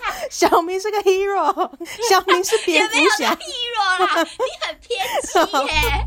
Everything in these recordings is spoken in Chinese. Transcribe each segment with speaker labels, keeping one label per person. Speaker 1: 小明是个 hero，小明是
Speaker 2: 也
Speaker 1: 蝙蝠
Speaker 2: 没有
Speaker 1: 侠
Speaker 2: 到。hero 啦，啊你很啊偏激耶。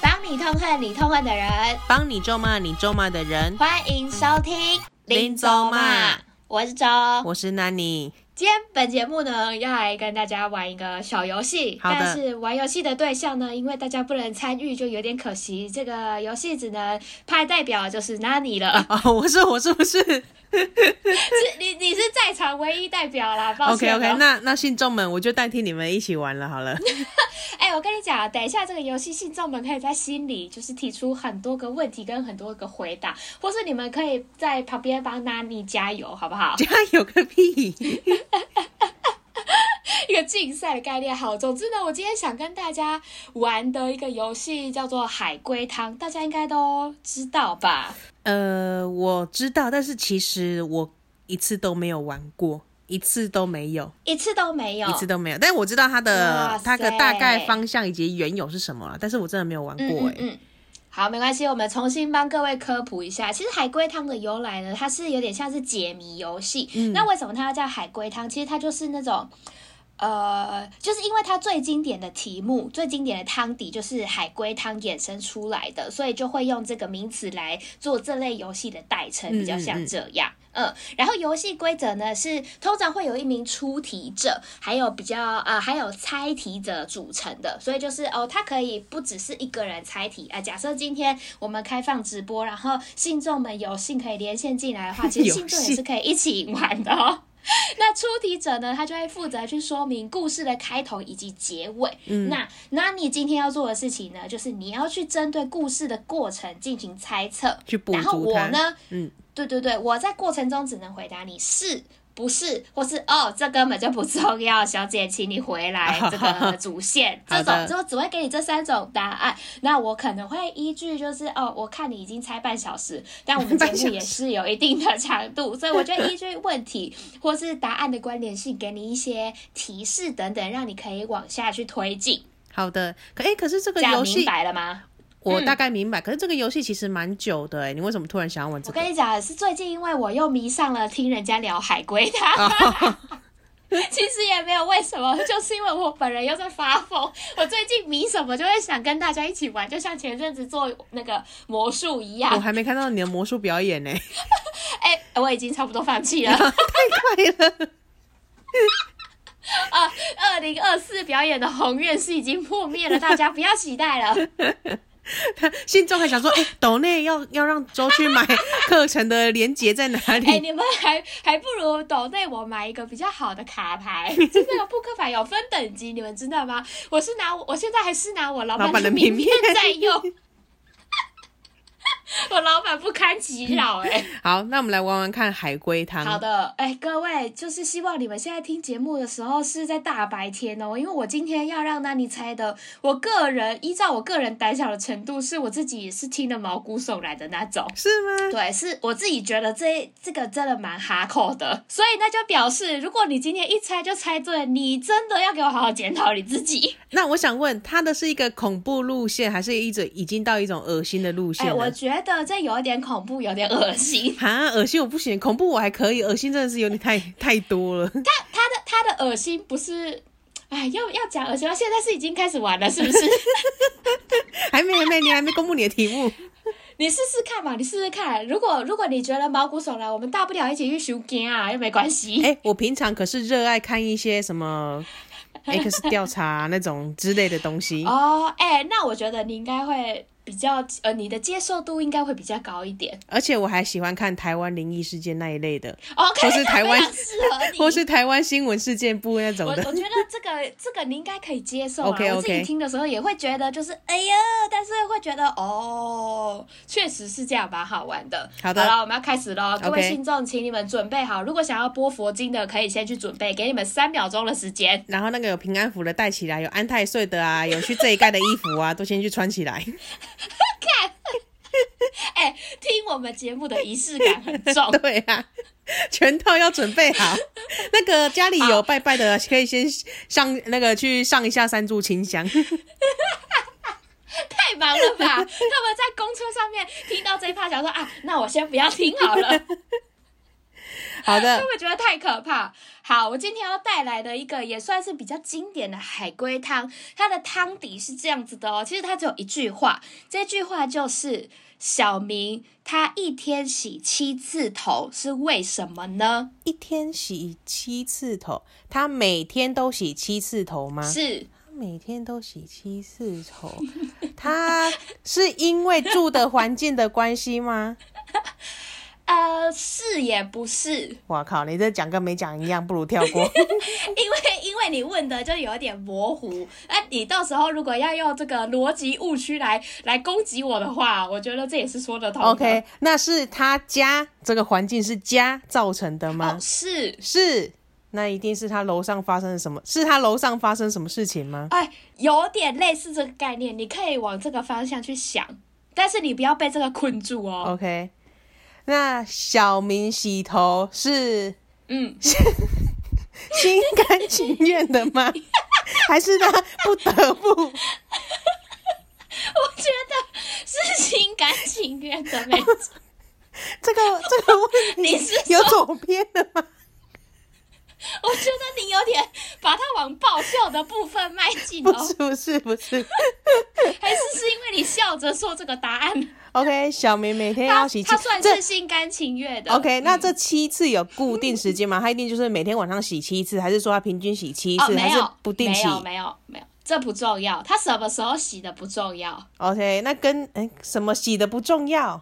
Speaker 2: 帮你痛恨你痛恨的人，
Speaker 1: 帮你咒骂你咒骂的人，
Speaker 2: 欢迎收听《
Speaker 1: 林州骂》，
Speaker 2: 我是周。
Speaker 1: 我是 Nani。
Speaker 2: 今天本节目呢，要来跟大家玩一个小游戏，
Speaker 1: 好的
Speaker 2: 但是玩游戏的对象呢，因为大家不能参与，就有点可惜。这个游戏只能派代表，就是 Nani 了。
Speaker 1: 哦，我是我是不是
Speaker 2: 是 你你是在场唯一代表啦，抱
Speaker 1: ？OK
Speaker 2: 歉哦。
Speaker 1: OK，那那信众们，我就代替你们一起玩了好 了。
Speaker 2: 哎、我跟你讲，等一下这个游戏，信众们可以在心里就是提出很多个问题跟很多个回答，或是你们可以在旁边帮 Nani 加油，好不 好？
Speaker 1: 加油个屁！
Speaker 2: 一个竞赛的概念。好，总之呢，我今天想跟大家玩的一个游戏叫做海龟汤，大家应该都知道吧？
Speaker 1: 呃，我知道，但是其实我一次都没有玩过，一次都没有，
Speaker 2: 一次都没有
Speaker 1: 一。次都没有。但我知道它的
Speaker 2: 哇塞
Speaker 1: 它的大概方向以及缘由是什么了，但是我真的没有玩
Speaker 2: 嗯
Speaker 1: 过哎、
Speaker 2: 嗯嗯。好，没关系，我们重新帮各位科普一下。其实海龟汤的由来呢，它是有点像是解谜游戏。
Speaker 1: 嗯
Speaker 2: 那为什么它要叫海龟汤？其实它就是那种。呃，就是因为它最经典的题目、最经典的汤底就是海龟汤衍生出来的，所以就会用这个名词来做这类游戏的代称，比较像这样。嗯然后游戏规则呢是通常会有一名出题者，还有比较呃还有猜题者组成的，所以就是哦，它可以不只是一个人猜题啊、假设今天我们开放直播，然后信众们有幸可以连线进来的话，其实
Speaker 1: 有
Speaker 2: 信众也
Speaker 1: 幸
Speaker 2: 是可以一起玩的哦。那出题者呢，他就会负责去说明故事的开头以及结尾。
Speaker 1: 嗯
Speaker 2: 那那你今天要做的事情呢，就是你要去针对故事的过程进行猜测。
Speaker 1: 去补
Speaker 2: 然后
Speaker 1: 足
Speaker 2: 我
Speaker 1: 它。
Speaker 2: 呢，
Speaker 1: 嗯，
Speaker 2: 对对对，我在过程中只能回答你是。不是，或是哦，这根本就不重要，小姐，请你回来。这 个主线，这
Speaker 1: 好
Speaker 2: 种
Speaker 1: 的
Speaker 2: 就只会给你这三种答案。那我可能会依据就是哦，我看你已经猜半小时，但我们节
Speaker 1: 半小
Speaker 2: 目
Speaker 1: 时
Speaker 2: 也是有一定的长度，所以我就依据问题或是答案的关联性，给你一些提示等等，让你可以往下去推进。
Speaker 1: 好的，可哎、可是这个
Speaker 2: 这样
Speaker 1: 游
Speaker 2: 明
Speaker 1: 戏
Speaker 2: 白了吗？
Speaker 1: 我
Speaker 2: 嗯
Speaker 1: 大概明白，可是这个游戏其实蛮久的哎、你为什么突然想要玩这
Speaker 2: 我
Speaker 1: 个？
Speaker 2: 跟你讲，是最近因为我又迷上了听人家聊海龟汤。 其实也没有为什么，就是因为我本人又在发疯。我最近迷什么，就会想跟大家一起玩，就像前阵子做那个魔术一
Speaker 1: 我
Speaker 2: 样。
Speaker 1: 还没看到你的魔术表演呢、欸
Speaker 2: 哎、我已经差不多放弃了。
Speaker 1: 太快了！
Speaker 2: 啊，二零二四表演的宏愿是已经破灭了，大家不要期待了。
Speaker 1: 信中还想说，哎、抖内要要让周去买课程的连结在哪里？
Speaker 2: 哎、你们还还不如抖内我买一个比较好的卡牌， 就那个扑克牌有分等级，你们知道吗？我是拿我现在还是拿我老
Speaker 1: 老板
Speaker 2: 的
Speaker 1: 的名
Speaker 2: 片在 用，我老板不堪其扰哎、
Speaker 1: 好，那我们来玩玩看海龟汤。
Speaker 2: 好的，哎、各位，就是希望你们现在听节目的时候是在大白天哦，因为我今天要让那你猜的，我个人依照我个人胆小的程度，是我自己也是听得毛骨悚然的那种。
Speaker 1: 是吗？
Speaker 2: 对，是我自己觉得这这个真的蛮哈扣的，所以那就表示，如果你今天一猜就猜对，你真的要给我好好检讨你自己。
Speaker 1: 那我想问，它的是一个恐怖路线，还是一直已经到一种恶心的路
Speaker 2: 哎、
Speaker 1: 线
Speaker 2: 我
Speaker 1: 了？
Speaker 2: 觉得这有一点恐怖，有点恶心。
Speaker 1: 哈，恶心我不行，恐怖我还可以，恶心真的是有点太太多了。
Speaker 2: 他的他的恶心不是，哎，要要讲恶心吗？现在是已经开始玩了，是不 是？
Speaker 1: 还没还没，你还没公布你的题目。
Speaker 2: 你试试看嘛，你试试看。如果如果你觉得毛骨悚然，我们大不了一起去修game 啊，又没关系。
Speaker 1: 哎、我平常可是热爱看一些什 么 X 调查、啊那种之类的东西。
Speaker 2: 哦，哎，那我觉得你应该会比较，呃，你的接受度应该会比较高一点。
Speaker 1: 而且我还喜欢看台湾灵异事件那一类的，
Speaker 2: OK，
Speaker 1: 或是台湾
Speaker 2: 那非常适 合你。
Speaker 1: 或是台湾新闻事件部那种
Speaker 2: 我我
Speaker 1: 的。
Speaker 2: 觉得这个这个你应该可以接受啊。
Speaker 1: OK，OK
Speaker 2: 我自己听的时候也会觉得就是哎呀，但是会觉得哦，确实是这样蛮好玩的。
Speaker 1: 好的
Speaker 2: 好了，我们要开始喽，各位
Speaker 1: OK
Speaker 2: 信众，请你们准备好，如果想要播佛经的，可以先去准备，给你们三秒钟的时间。
Speaker 1: 然后那个有平安符的带起来，有安太岁的啊，有去这一盖的衣服啊，都先去穿起来。。
Speaker 2: 哎、听我们节目的仪式感很重
Speaker 1: 对啊，全套要准备 好。那个家里有拜拜的，可以先上那个去上一下三炷清香。
Speaker 2: 太太忙了吧？他们在公车上面听到这一趴，想说啊，那我先不要听好了。
Speaker 1: 好的
Speaker 2: 会不，会觉得太可怕？好，我今天要带来的一个也算是比较经典的海龟汤，它的汤底是这样子的哦。其实它只有一句话，这句话就是小明他一天洗七次头是为什么呢？
Speaker 1: 一天洗七次头，他每天都洗七次头吗？
Speaker 2: 是
Speaker 1: 他每天都洗七次头， 他是因为住的环境的关系吗？
Speaker 2: 呃，是也不是？
Speaker 1: 我靠，你这讲跟没讲一样，不如跳过。
Speaker 2: 因为因为你问的就有点模糊，那你到时候如果要用这个逻辑误区来来攻击我的话，我觉得这也是说得通的。
Speaker 1: OK，那是他家这个环境是家造成的吗？
Speaker 2: 哦，是
Speaker 1: 是，那一定是他楼上发生了什么？是他楼上发生什么事情吗？
Speaker 2: 哎，有点类似这个概念，你可以往这个方向去想，但是你不要被这个困住哦。
Speaker 1: OK，那小明洗头是
Speaker 2: 嗯，
Speaker 1: 心甘情愿的 吗？还是他不得不？
Speaker 2: 我觉得是心甘情愿的，没错。
Speaker 1: 这个这个问
Speaker 2: 你是
Speaker 1: 题有走偏了吗？
Speaker 2: 我觉得你有点把它往爆笑的部分迈进
Speaker 1: 不
Speaker 2: 哦，
Speaker 1: 是不是不是。
Speaker 2: 还是是因为你笑着说这个答案，
Speaker 1: OK，小明每天要
Speaker 2: 它
Speaker 1: 洗七
Speaker 2: 它算
Speaker 1: 这
Speaker 2: 是心甘情愿的。
Speaker 1: OK，那这七次有固定时间吗？他一定就是每天晚上洗七次，还是说他平均洗七
Speaker 2: 哦，
Speaker 1: 次，
Speaker 2: 没
Speaker 1: 还是
Speaker 2: 有，
Speaker 1: 不定
Speaker 2: 没
Speaker 1: 期
Speaker 2: 有，没有，没有，这不重要，他什么时候洗的不重要，
Speaker 1: ？OK，那跟哎、什么洗的不重要，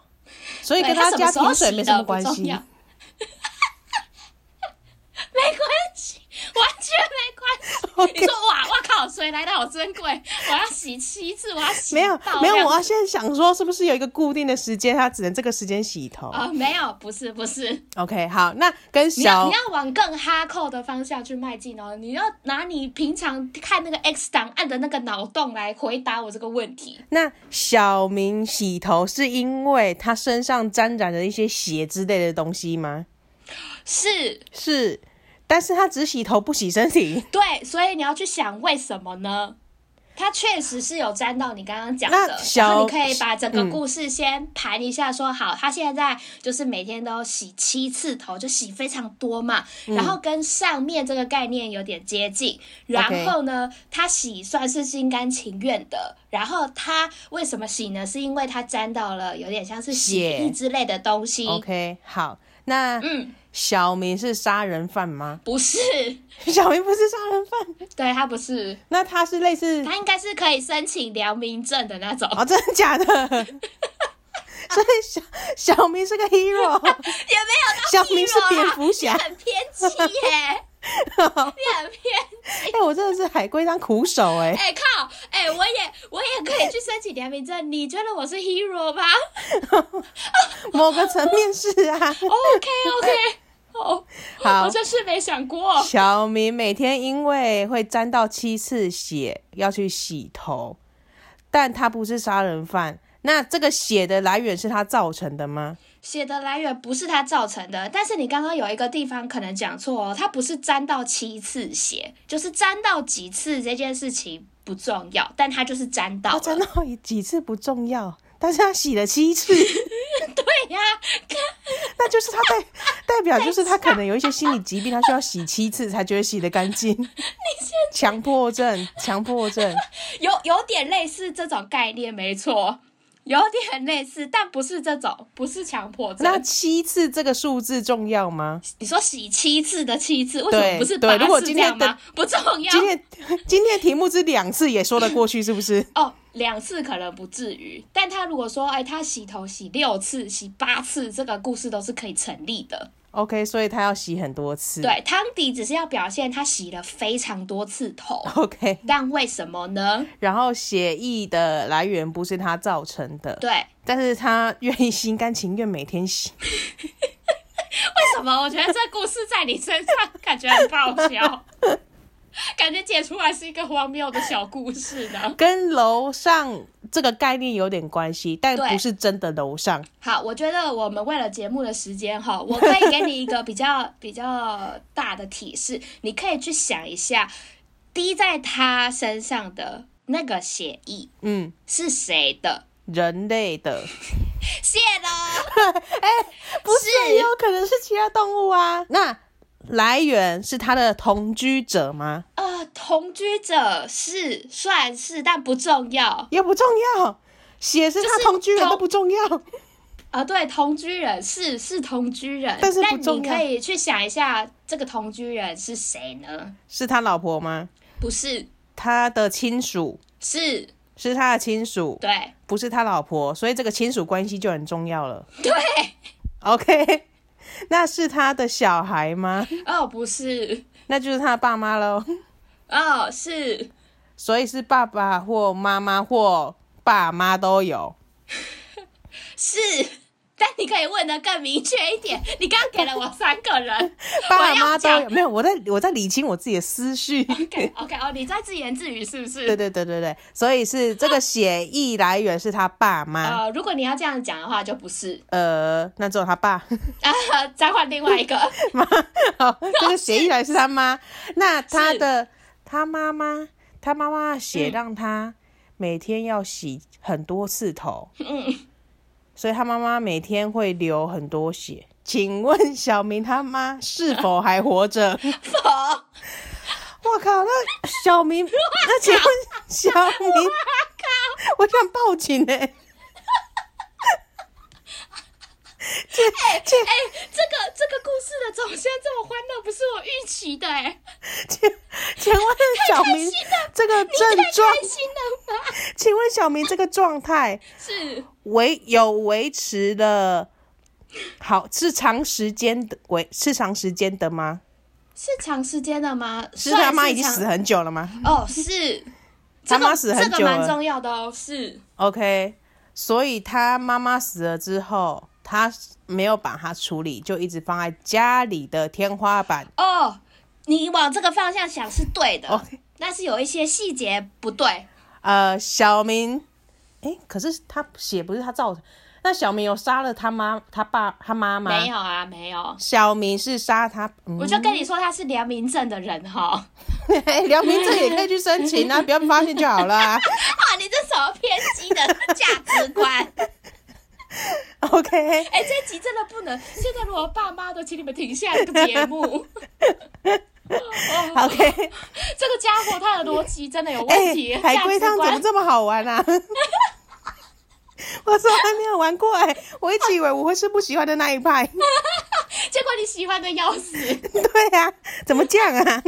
Speaker 1: 所以
Speaker 2: 对
Speaker 1: 跟
Speaker 2: 他
Speaker 1: 家
Speaker 2: 什
Speaker 1: 停
Speaker 2: 么时
Speaker 1: 水
Speaker 2: 候
Speaker 1: 没什
Speaker 2: 洗的
Speaker 1: 么
Speaker 2: 不
Speaker 1: 关
Speaker 2: 重
Speaker 1: 系
Speaker 2: 要。。 没关系，完全没关系。
Speaker 1: OK，
Speaker 2: 你说哇，我靠，水来的好珍贵，我要洗七次，我要洗
Speaker 1: 没有
Speaker 2: 爆
Speaker 1: 没有，
Speaker 2: 量
Speaker 1: 我要现在想说是不是有一个固定的时间，他只能这个时间洗头、
Speaker 2: 啊、没有，不是不是，
Speaker 1: o k 好，那跟
Speaker 2: 你要
Speaker 1: 小
Speaker 2: 你要往更哈扣的方向去迈进哦，你要拿你平常看那个 X 档案的那个脑洞来回答我这个问题。
Speaker 1: 那小明洗头是因为他身上沾染了一些血之类的东西吗？
Speaker 2: 是
Speaker 1: 是，但是他只洗头不洗身体。
Speaker 2: 对，所以你要去想为什么呢？它确实是有沾到你刚刚讲
Speaker 1: 那
Speaker 2: 的，
Speaker 1: 小嗯
Speaker 2: 然后你可以把整个故事先盘一下，说好，他现在就是每天都洗七次头，就洗非常多嘛，
Speaker 1: 嗯
Speaker 2: 然后跟上面这个概念有点接近。然后呢，他洗算是心甘情愿的，然后他为什么洗呢？是因为他沾到了有点像是
Speaker 1: 血
Speaker 2: 血液之类的东西。
Speaker 1: OK，好，那
Speaker 2: 嗯，
Speaker 1: 小明是杀人犯吗？
Speaker 2: 不是，
Speaker 1: 小明不是杀人犯，
Speaker 2: 对他不是，
Speaker 1: 那他是类似
Speaker 2: 他应该是可以申请良民证的那种。
Speaker 1: 哦，真的假的？所以小小明是个 hero，
Speaker 2: 也没有到
Speaker 1: 小明是
Speaker 2: hero 啦
Speaker 1: 蝙蝠侠
Speaker 2: 你很偏激耶， 你很偏，
Speaker 1: 哎、我真的是海龟当苦手哎、
Speaker 2: 哎、靠，哎、我也我也可以去申请良民证，你觉得我是 hero 吗
Speaker 1: 某个层面是啊。
Speaker 2: ？OK OK，哦，
Speaker 1: 好
Speaker 2: 我就是没想过，
Speaker 1: 小明每天因为会沾到七次血，要去洗头，但他不是杀人犯。那这个血的来源是他造成的吗？
Speaker 2: 血的来源不是他造成的，但是你刚刚有一个地方可能讲错哦，他不是沾到七次血，就是沾到几次这件事情不重要，但他就是沾到
Speaker 1: 他沾
Speaker 2: 了，
Speaker 1: 到几次不重要，但是他洗了七次，
Speaker 2: 对哎呀、
Speaker 1: 那就是他代代表就是他可能有一些心理疾病，他需要洗七次才觉得洗得干净。强迫症，强迫症。
Speaker 2: 有有点类似这种概念，没错，有点类似，但不是这种，不 是强迫症。
Speaker 1: 那七次这个数字重要吗？
Speaker 2: 你说洗七次的七次，为什
Speaker 1: 对
Speaker 2: 么不是八
Speaker 1: 对如果
Speaker 2: 次
Speaker 1: 今
Speaker 2: 这
Speaker 1: 天
Speaker 2: 样吗？不重要
Speaker 1: 今天今天的题目是两次也说得过去，是不是？
Speaker 2: 哦，两次可能不至于，但他如果说，哎，他洗头洗六次、洗八次，这个故事都是可以成立的。
Speaker 1: OK，所以他要洗很多次。
Speaker 2: 对，汤底只是要表现他洗了非常多次头，
Speaker 1: ，OK。
Speaker 2: 但为什么呢？
Speaker 1: 然后血液的来源不是他造成的，
Speaker 2: 对，
Speaker 1: 但是他愿意心甘情愿每天洗。
Speaker 2: 为什么？我觉得这故事在你身上感觉很爆笑， 感觉解出来是一个荒谬的小故事呢。
Speaker 1: 跟楼上这个概念有点关系，但
Speaker 2: 对
Speaker 1: 不是真的楼上。
Speaker 2: 好，我觉得我们为了节目的时间哈，我可以给你一个比较 比较大的提示，你可以去想一下滴在他身上的那个血议
Speaker 1: 嗯，
Speaker 2: 是谁的？
Speaker 1: 人类的，
Speaker 2: 谢 了，
Speaker 1: 哎不是，有可能是其他动物啊。那来源是它的同居者吗？
Speaker 2: 呃，同居者是算是，但不重要。
Speaker 1: 也不重要，血是
Speaker 2: 就
Speaker 1: 他
Speaker 2: 是
Speaker 1: 同居人
Speaker 2: 同
Speaker 1: 都不重要。
Speaker 2: 啊，对，同居人是是同居人，
Speaker 1: 但是不
Speaker 2: 你
Speaker 1: 重要
Speaker 2: 可以去想一下，这个同居人是谁呢？
Speaker 1: 是他老婆吗？
Speaker 2: 不是，
Speaker 1: 他的亲属
Speaker 2: 是，
Speaker 1: 是他的亲属，
Speaker 2: 对，
Speaker 1: 不是他老婆，所以这个亲属关系就很重要了。对，OK，那 是他的小孩吗？
Speaker 2: 哦，不是，
Speaker 1: 那就是他的爸妈喽，
Speaker 2: 哦，是，
Speaker 1: 所以是爸爸或妈妈或爸妈都有。
Speaker 2: 是。但你可以问的更明确一点，你刚刚给了我三个人
Speaker 1: 爸妈都
Speaker 2: 我要
Speaker 1: 有，没有？我在我在理清我自己的思绪。
Speaker 2: ，OK OK 哦，你在自言自语是不 是？
Speaker 1: 对啊对对对对，所以是这个血议来源是他爸 妈，
Speaker 2: 呃，如果你要这样讲的话，就不是
Speaker 1: 呃，那只有他爸
Speaker 2: 啊，再换另外一个，
Speaker 1: 妈。好，这个血议来源是他妈， 那他的他妈妈，他妈妈的血
Speaker 2: 嗯
Speaker 1: 让他每天要洗很多次头，
Speaker 2: 嗯，
Speaker 1: 所以他妈妈每天会流很多血。请问小明他妈是否还活 着？
Speaker 2: 否，
Speaker 1: 我靠，那小 明，那请问小明，我想报警欸呢、这这
Speaker 2: 哎、这个这个故事的总现在这么欢乐，不是我预期的、哎，
Speaker 1: 请请问小
Speaker 2: 太
Speaker 1: 明
Speaker 2: 开心了
Speaker 1: 这个症
Speaker 2: 太
Speaker 1: 状，
Speaker 2: 哎开心了吧？
Speaker 1: 请问小明这个状态
Speaker 2: 是
Speaker 1: 维有维持了好是长时间的维是长时间的吗？
Speaker 2: 是长时间的吗？
Speaker 1: 是
Speaker 2: 算
Speaker 1: 他妈已经
Speaker 2: 长
Speaker 1: 死很久了吗
Speaker 2: 哦，是
Speaker 1: 他妈死很
Speaker 2: 这
Speaker 1: 久
Speaker 2: 个
Speaker 1: 了
Speaker 2: 蛮重要的哦，是
Speaker 1: ？OK，所以他妈妈死了之后，他没有把它处理，就一直放在家里的天花板。
Speaker 2: 哦，你往这个方向想是对的
Speaker 1: OK
Speaker 2: 但是有一些细节不对，
Speaker 1: 呃，小明，诶，可是他血不是他造成，那小明有杀了他妈、他爸、他妈妈？
Speaker 2: 没有啊，没有。
Speaker 1: 小明是杀他，嗯
Speaker 2: 我就跟你说，他是良民证的人哈、
Speaker 1: 良民证也可以去申请啊，不要被发现就好了 啊、
Speaker 2: 啊，你这什么偏激的价值 观？
Speaker 1: OK，
Speaker 2: 哎、这集真的不能。现在如果爸妈都请你们停下这个节目。 哦，
Speaker 1: OK，
Speaker 2: 这个家伙他的逻辑真的有 问
Speaker 1: 哎、
Speaker 2: 题，价
Speaker 1: 海龟
Speaker 2: 值
Speaker 1: 汤怎么
Speaker 2: 观。
Speaker 1: 这么好玩啊？ 我从来没有玩过哎、我一直以为我会是不喜欢的那一派。
Speaker 2: 结果你喜欢的要死。
Speaker 1: 对呀、啊，怎么讲啊？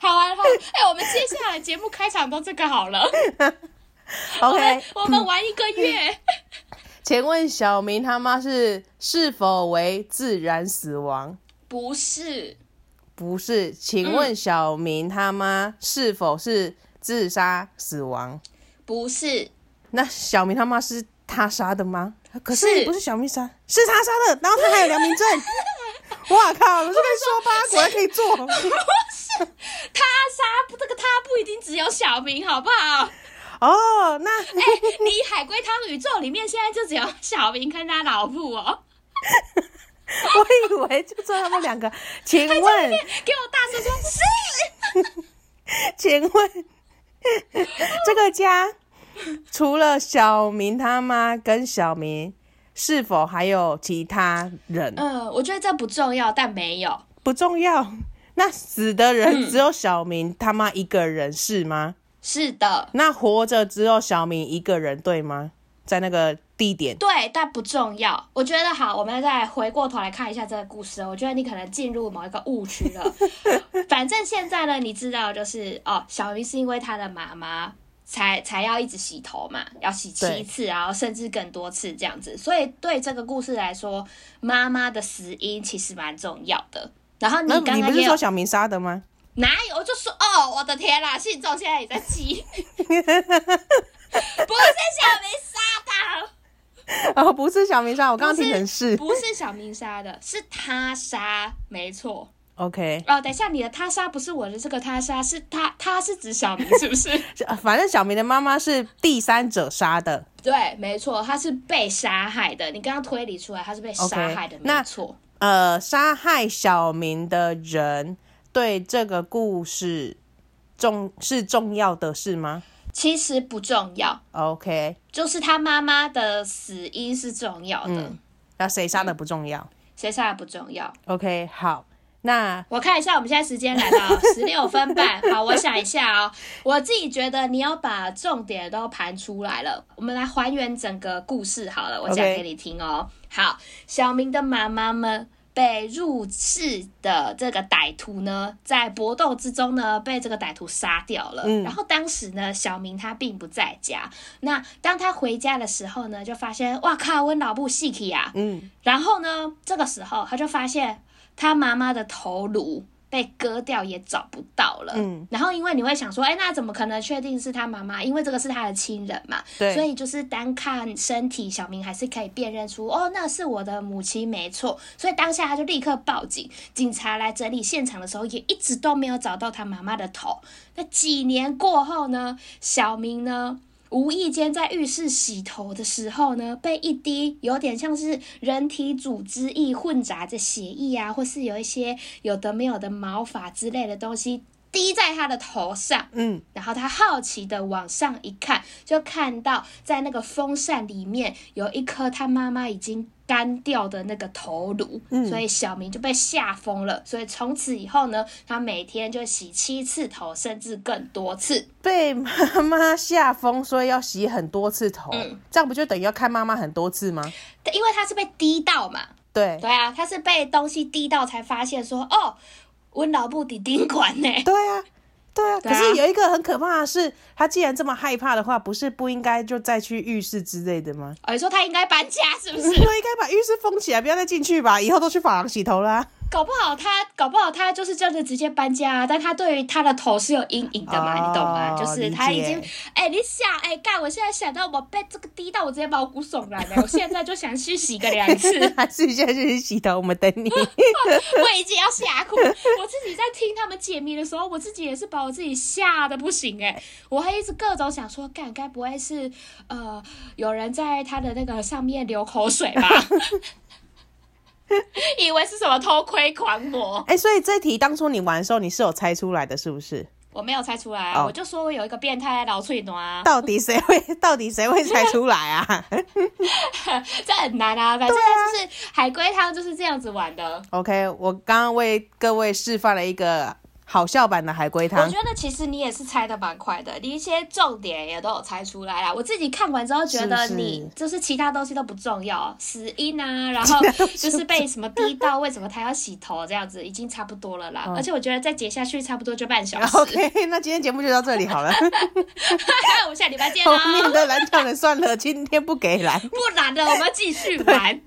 Speaker 2: 好玩好玩，哎、我们接下来节目开场都这个好了。我
Speaker 1: OK，
Speaker 2: 们我们玩一个月，
Speaker 1: 请问小明他妈是是否为自然死亡？
Speaker 2: 不是
Speaker 1: 不是，请问小明他妈是否是自杀死亡？
Speaker 2: 不是
Speaker 1: 那小明他妈是他杀的吗？可是
Speaker 2: 是
Speaker 1: 也不是小明杀，是他杀的，然后他还有良民 证。哇靠！我这边说八果然可以做
Speaker 2: 他杀不这个他不一定只有小明，好不 好？
Speaker 1: 哦。那
Speaker 2: 哎、你海龟汤宇宙里面现在就只有小明跟他老婆哦。
Speaker 1: 我以为就做他们两个，请问，
Speaker 2: 给我大声说，是
Speaker 1: 请问这个家除了小明他妈跟小明，是否还有其他人？
Speaker 2: 嗯，我觉得这不重要，但没有
Speaker 1: 不重要。那死的人只有小明他妈一个人是吗？
Speaker 2: 是的，
Speaker 1: 那活着只有小明一个人对吗？在那个地点，
Speaker 2: 对，但不重要。我觉得好，我们再回过头来看一下这个故事哦。我觉得你可能进入某一个误区了。 反正现在呢，你知道就是哦，小明是因为他的妈妈才才要一直洗头嘛，要洗七
Speaker 1: 对
Speaker 2: 次，然后甚至更多次这样子。所以对这个故事来说，妈妈的死因其实蛮重要的。然后你
Speaker 1: 那
Speaker 2: 刚
Speaker 1: 你
Speaker 2: 刚
Speaker 1: 不
Speaker 2: 也
Speaker 1: 是
Speaker 2: 有
Speaker 1: 说小明杀的吗？
Speaker 2: 哪有？我就说哦，我的天啦，信众现在也在记，不是小明杀的。
Speaker 1: 哦，不是小明杀，我刚刚
Speaker 2: 不
Speaker 1: 听成是。
Speaker 2: 不是小明杀的，是他杀，没错。
Speaker 1: OK，
Speaker 2: 哦，等一下，你的他杀不是我的这个他杀，是他，他是指小明，是不 是？
Speaker 1: 是呃反正小明的妈妈是第三者杀的。
Speaker 2: 对，没错，他是被杀害的。你刚刚推理出来，他是被杀害的
Speaker 1: OK，那
Speaker 2: 没错。
Speaker 1: 呃，杀害小明的人对这个故事重是重要的事吗
Speaker 2: 其实不重要，
Speaker 1: ？OK，
Speaker 2: 就是他妈妈的死因是重要的，
Speaker 1: 嗯那谁杀的不重要
Speaker 2: 谁杀的不重要。
Speaker 1: ？OK，好，那
Speaker 2: 我看一下，我们现在时间来到十六分半。 好，我想一下哦，我自己觉得你要把重点都盘出来了，我们来还原整个故事好了，我讲
Speaker 1: OK
Speaker 2: 给你听哦。好，小明的妈妈们被入室的这个歹徒呢，在搏斗之中呢，被这个歹徒杀掉了。
Speaker 1: 嗯
Speaker 2: 然后当时呢，小明他并不在家。那当他回家的时候呢，就发现哇靠，我脑部细体啊！
Speaker 1: 嗯，
Speaker 2: 然后呢，这个时候他就发现他妈妈的头颅被割掉，也找不到了。
Speaker 1: 嗯，
Speaker 2: 然后因为你会想说，哎，那怎么可能确定是他妈妈？因为这个是他的亲人嘛。
Speaker 1: 对，
Speaker 2: 所以就是单看身体，小明还是可以辨认出，哦，那是我的母亲，没错。所以当下他就立刻报警，警察来整理现场的时候，也一直都没有找到他妈妈的头。那几年过后呢，小明呢？无意间在浴室洗头的时候呢，被一滴有点像是人体组织液混杂着血液啊，或是有一些有的没有的毛发之类的东西滴在他的头上。
Speaker 1: 嗯
Speaker 2: 然后他好奇的往上一看，就看到在那个风扇里面有一颗他妈妈已经干掉的那个头颅，
Speaker 1: 嗯
Speaker 2: 所以小明就被吓疯了。所以从此以后呢，他每天就洗七次头，甚至更多次。
Speaker 1: 被妈妈吓疯，所以要洗很多次头，
Speaker 2: 嗯
Speaker 1: 这样不就等于要看妈妈很多次吗？
Speaker 2: 但因为他是被滴到嘛，
Speaker 1: 对，
Speaker 2: 对啊，他是被东西滴到才发现说，哦，温老布底丁管呢。
Speaker 1: 对啊，对啊。
Speaker 2: 对
Speaker 1: 可
Speaker 2: 啊
Speaker 1: 是有一个很可怕的是，他既然这么害怕的话，不是不应该就再去浴室之类的吗？
Speaker 2: 哦，你说他应该搬家是不
Speaker 1: 我
Speaker 2: 是？
Speaker 1: 应该把浴室封起来，不要再进去吧。以后都去发廊洗头啦。
Speaker 2: 搞不好他，搞不好他就是真的直接搬家、啊，但他对于他的头是有阴影的嘛，
Speaker 1: 哦
Speaker 2: 你懂吗？就是他已经
Speaker 1: 理解，
Speaker 2: 哎、你想，哎、干，我现在想到我被这个滴到，我直接毛骨悚然了，我现在就想去洗个两 次，
Speaker 1: 还是现在就去洗头，我们等 你。
Speaker 2: 我已经要吓哭。我自己在听他们解谜的时候，我自己也是把我自己吓得不行哎、我还一直各种想说，干，该不会是呃有人在他的那个上面流口水吧？ 以为是什么偷窥狂魔。
Speaker 1: 哎、所以这题当初你玩的时候，你是有猜出来的，是不是？
Speaker 2: 我没有猜出来啊，
Speaker 1: 哦
Speaker 2: 我就说我有一个变态老翠暖啊，
Speaker 1: 到底谁会？ 到底谁会猜出来啊
Speaker 2: 这很难啊，反正就是海龟汤就是这样子玩的。
Speaker 1: ？OK，我刚刚为各位示范了一个好笑版的海龟
Speaker 2: 我
Speaker 1: 汤。
Speaker 2: 觉得其实你也是猜的蛮快的，你一些重点也都有猜出来啦。我自己看完之后觉得
Speaker 1: 是是
Speaker 2: 你就是其他东西都不重要，死 因啊，然后就是被什么滴到，为什么他要洗头这样子，已经差不多了啦。
Speaker 1: 哦
Speaker 2: 而且我觉得再解下去差不多就半小 时。
Speaker 1: OK，那今天节目就到这里好了，
Speaker 2: 啊我们下礼拜见
Speaker 1: 后
Speaker 2: 啦，
Speaker 1: 面的蓝调人算了，今天不给蓝，
Speaker 2: 不然了，我们要继续玩。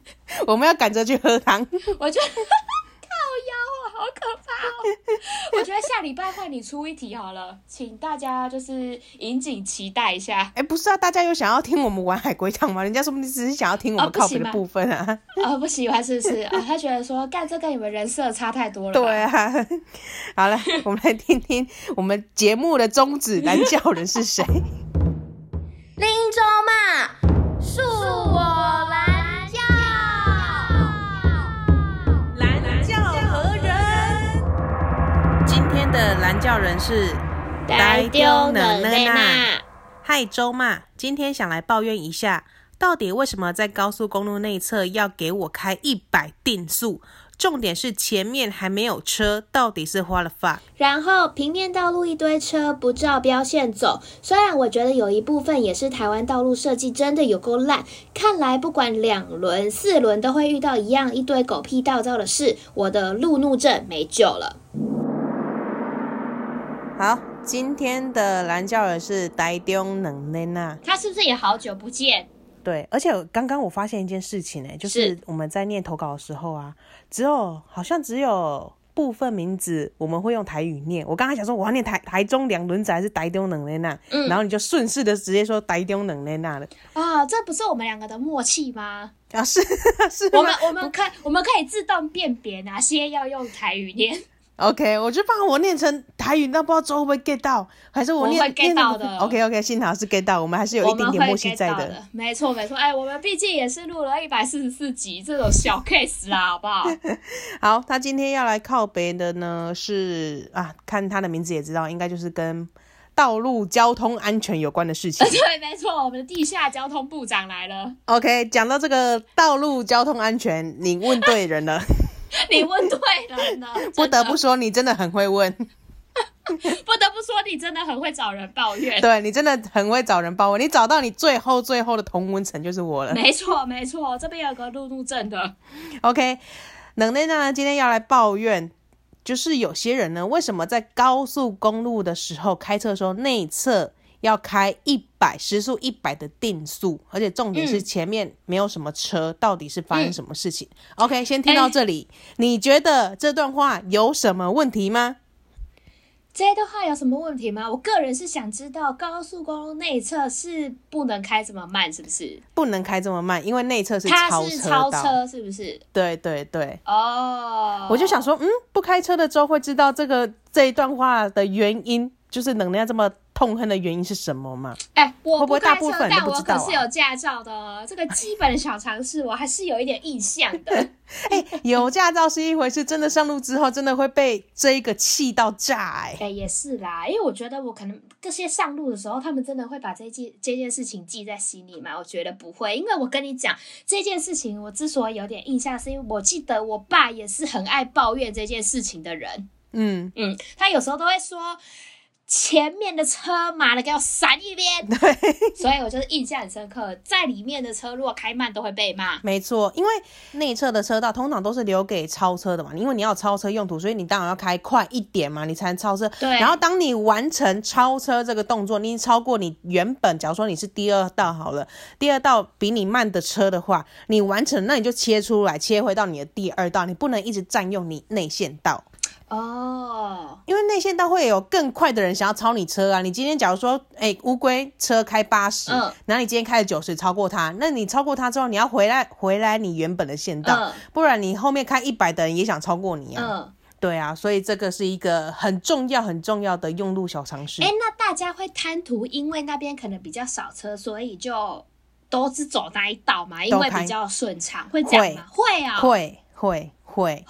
Speaker 1: 我们要赶着去喝汤。
Speaker 2: 我觉得 靠腰啊，好可怕哦！我觉得下礼拜换你出一题好了，请大家就是引颈期待一 下。
Speaker 1: 哎、不是啊，大家有想要听我们玩海龟汤吗？人家说不定只是想要听我
Speaker 2: 哦
Speaker 1: 们
Speaker 2: 不
Speaker 1: 靠
Speaker 2: 行
Speaker 1: 北的
Speaker 2: 吗
Speaker 1: 部分啊。
Speaker 2: 啊、不喜欢是不是？啊、他觉得说干这跟你们人设差太多了。
Speaker 1: 对，啊， 好了，我们来听听我们节目的宗旨，蓝教人是谁？
Speaker 2: 林州嘛，恕我蓝教。
Speaker 1: 蓝教何人？今天的蓝教人是
Speaker 2: 呆丢能耐呐！
Speaker 1: 嗨周嘛，今天想来抱怨一下，到底为什么在高速公路内侧要给我开一百定速？重点是前面还没有车，到底是花了 fuck？
Speaker 2: 然后平面道路一堆车不照标线走，虽然我觉得有一部分也是台湾道路设计真的有够烂，看来不管两轮、四轮都会遇到一样一堆狗屁道造的事，我的路怒症没救了。
Speaker 1: 好，今天的蓝教人是呆丢能耐娜。
Speaker 2: 他是不是也好久不见？
Speaker 1: 对，而且刚刚我发现一件事情呢、就是我们在念投稿的时候啊，只有好像只有部分名字我们会用台语念。我刚才想说我要念台台中两轮仔还是台中冷雷那，
Speaker 2: 嗯
Speaker 1: 然后你就顺势的直接说台中冷雷那了。
Speaker 2: 啊、这不是我们两个的默契吗？
Speaker 1: 啊，是是
Speaker 2: 我
Speaker 1: 吗
Speaker 2: 们？我们可我们可以自动辨别哪些要用台语念。
Speaker 1: OK，我就怕我念成台语，那不知道之后会不会 get 到，还是
Speaker 2: 我
Speaker 1: 我
Speaker 2: 们
Speaker 1: 念
Speaker 2: 会 get
Speaker 1: 念
Speaker 2: 到
Speaker 1: 得
Speaker 2: 的
Speaker 1: OK OK，幸好是 get 到，我们还是 有一点点默契在
Speaker 2: 我们会 get 到的。没错没错，哎，我们毕竟也是录了一百四十四集这种小 case 啦，好不好？
Speaker 1: 好，他今天要来靠北的呢是啊，看他的名字也知道，应该就是跟道路交通安全有关的事情。
Speaker 2: 对，没错，我们的地下交通部长来了，
Speaker 1: OK，讲到这个道路交通安全，你问对人了，
Speaker 2: 你问对人了，
Speaker 1: 不得
Speaker 2: 真
Speaker 1: 不说你真的很会问，
Speaker 2: 的不得不说，你真的很会找人抱怨。
Speaker 1: 对你真的很会找人帮我，你找到你最后最后的同温层就是我了。
Speaker 2: 没错没错，这边有个路怒症的，
Speaker 1: OK，冷内娜呢今天要来抱怨，就是有些人呢，为什么在高速公路的时候开车的时候内侧要开一百时速一百的定速，而且重点
Speaker 2: 嗯
Speaker 1: 是前面没有什么车，到底是发生什么事情、o
Speaker 2: 嗯
Speaker 1: k 先听到这里，
Speaker 2: 哎
Speaker 1: 你觉得这段话有什么问题吗？
Speaker 2: 这段话有什么问题吗？我个人是想知道，高速公路内侧是不能开这么慢，是不是？
Speaker 1: 不能开这么慢，因为内侧是
Speaker 2: 它
Speaker 1: 超
Speaker 2: 是
Speaker 1: 车
Speaker 2: 超
Speaker 1: 道。
Speaker 2: 车，是不是？
Speaker 1: 对对对，
Speaker 2: 哦，
Speaker 1: 我就想说，嗯，不开车的周会知道这个这一段话的原因，就是能量这么痛恨的原因是什么吗？
Speaker 2: 哎、
Speaker 1: 会
Speaker 2: 我
Speaker 1: 不会
Speaker 2: 开
Speaker 1: 大部
Speaker 2: 车，
Speaker 1: 分人
Speaker 2: 但
Speaker 1: 都不
Speaker 2: 我
Speaker 1: 知道
Speaker 2: 可
Speaker 1: 啊
Speaker 2: 是有驾照的哦。这个基本的小常识，我还是有一点印象的。
Speaker 1: 哎、有驾照是一回事，真的上路之后，真的会被这一个气到炸哎、
Speaker 2: 哎、也是啦，因为我觉得我可能这些上路的时候，他们真的会把这件这件事情记在心里嘛？我觉得不会，因为我跟你讲这件事情，我之所以有点印象，是因为我记得我爸也是很爱抱怨这件事情的人。
Speaker 1: 嗯，
Speaker 2: 嗯，他有时候都会说。前面的车，妈的，给我闪一边！所以我就是印象很深刻，在里面的车如果开慢都会被骂。
Speaker 1: 没错，因为内侧的车道通常都是留给超车的嘛，因为你要有超车用途，所以你当然要开快一点嘛，你才能超车。
Speaker 2: 对
Speaker 1: 然后当你完成超车这个动作，你已经超过你原本，假如说你是第二道好了，第二道比你慢的车的话，你完成，那你就切出来，切回到你的第二道，你不能一直占用你内线道。
Speaker 2: 哦，
Speaker 1: 因为内线道会有更快的人想要超你车啊！你今天假如说，哎、乌龟车开八十、
Speaker 2: 嗯
Speaker 1: 然后你今天开了九十，超过它，那你超过它之后，你要回来回来你原本的线道，
Speaker 2: 嗯
Speaker 1: 不然你后面开一百的人也想超过你啊！
Speaker 2: 嗯，
Speaker 1: 对啊，所以这个是一个很重要很重要的用路小常识。
Speaker 2: 哎、那大家会贪图，因为那边可能比较少车，所以就都是走那一道嘛，因为
Speaker 1: 都开
Speaker 2: 比较顺畅，会这样吗？会啊、
Speaker 1: 会会会，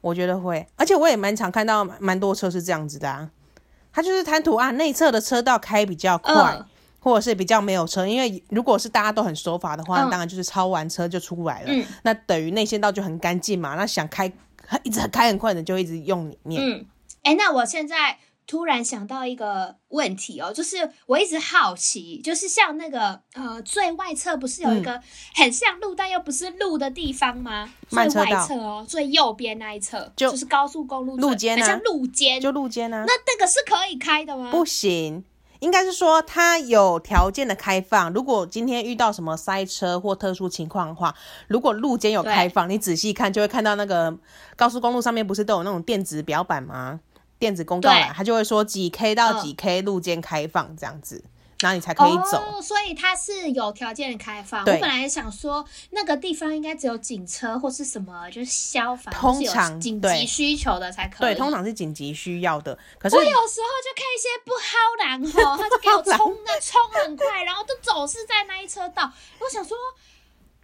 Speaker 1: 我觉得会，而且我也蛮常看到蛮蛮多车是这样子的啊，它就是贪图啊内侧的车道开比较快。
Speaker 2: 嗯
Speaker 1: 或者是比较没有车，因为如果是大家都很守法的话，
Speaker 2: 嗯
Speaker 1: 当然就是超完车就出来了，
Speaker 2: 嗯
Speaker 1: 那等于内线道就很干净嘛。那想开一直开很快的就一直用里面，
Speaker 2: 嗯，哎、那我现在突然想到一个问题哦，就是我一直好奇，就是像那个呃最外侧不是
Speaker 1: 嗯
Speaker 2: 有一个很像路但又不是路的地方吗？
Speaker 1: 慢
Speaker 2: 最
Speaker 1: 车
Speaker 2: 外
Speaker 1: 道
Speaker 2: 侧哦，最右边那一侧，
Speaker 1: 就
Speaker 2: 就是高速公路
Speaker 1: 路
Speaker 2: 最
Speaker 1: 肩啊
Speaker 2: 很像路肩。
Speaker 1: 就路肩啊
Speaker 2: 那，那个是可以开的吗？
Speaker 1: 不行。应该是说它有条件的开放，如果今天遇到什么塞车或特殊情况的话，如果路肩有开放，你仔细看就会看到那个高速公路上面不是都有那种电子表板吗？电子公告栏
Speaker 2: 对，
Speaker 1: 它就会说几 K 到
Speaker 2: 嗯
Speaker 1: 几 K 路肩开放这样子，然后你才可以走。
Speaker 2: 哦，所以它是有条件的开放。我
Speaker 1: 对
Speaker 2: 本来想说那个地方应该只有警车或是什么，就是消防，
Speaker 1: 通
Speaker 2: 就是有
Speaker 1: 常
Speaker 2: 紧急
Speaker 1: 对
Speaker 2: 需求的才可以。
Speaker 1: 对，通常是紧急需要的。可是
Speaker 2: 我有时候就看一些不薅 狼吼，他就给我冲啊冲很快，然后就总是在那一车道。我想说，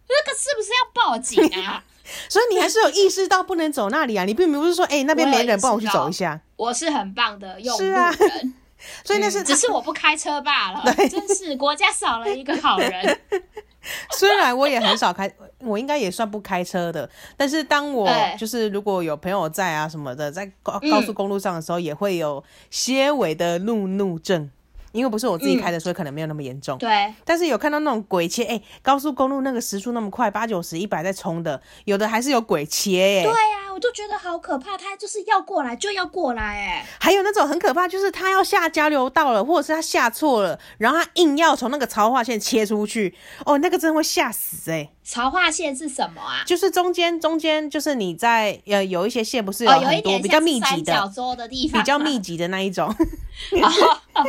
Speaker 2: 那个是不是要报警 啊？
Speaker 1: 所以你还是有意识到不能走那里啊，你并不是说，哎、那边
Speaker 2: 我有
Speaker 1: 没人，
Speaker 2: 意识
Speaker 1: 不然我去
Speaker 2: 到
Speaker 1: 走一下。
Speaker 2: 我是很棒的用路
Speaker 1: 是
Speaker 2: 人，
Speaker 1: 啊 所以那是、
Speaker 2: 嗯只是我不开车罢了。真是国家少了一个好人。
Speaker 1: 虽然我也很少开，我应该也算不开车的，但是当我
Speaker 2: 对
Speaker 1: 就是如果有朋友在啊什么的，在高高速公路上的时候，也会有些微的路怒症，因为不是我自己开的，所以可能没有那么严重。
Speaker 2: 对，
Speaker 1: 但是有看到那种鬼切，哎、高速公路那个时速那么快，八九十、一百在冲的，有的还是有鬼切、哎，
Speaker 2: 对啊，我就觉得好可怕，他就是要过来就要过来、哎。
Speaker 1: 还有那种很可怕，就是他要下交流道了，或者是他下错了，然后他硬要从那个槽化线切出去，哦，那个真的会吓死哎、
Speaker 2: 潮化线是什么啊？
Speaker 1: 就是中间中间就是你在呃有一些线不是
Speaker 2: 哦，有
Speaker 1: 很
Speaker 2: 一
Speaker 1: 多、
Speaker 2: 点
Speaker 1: 比较
Speaker 2: 像
Speaker 1: 密
Speaker 2: 是
Speaker 1: 集
Speaker 2: 三角
Speaker 1: 的，
Speaker 2: 洲的地方，
Speaker 1: 比较密集的那一种，
Speaker 2: 哦。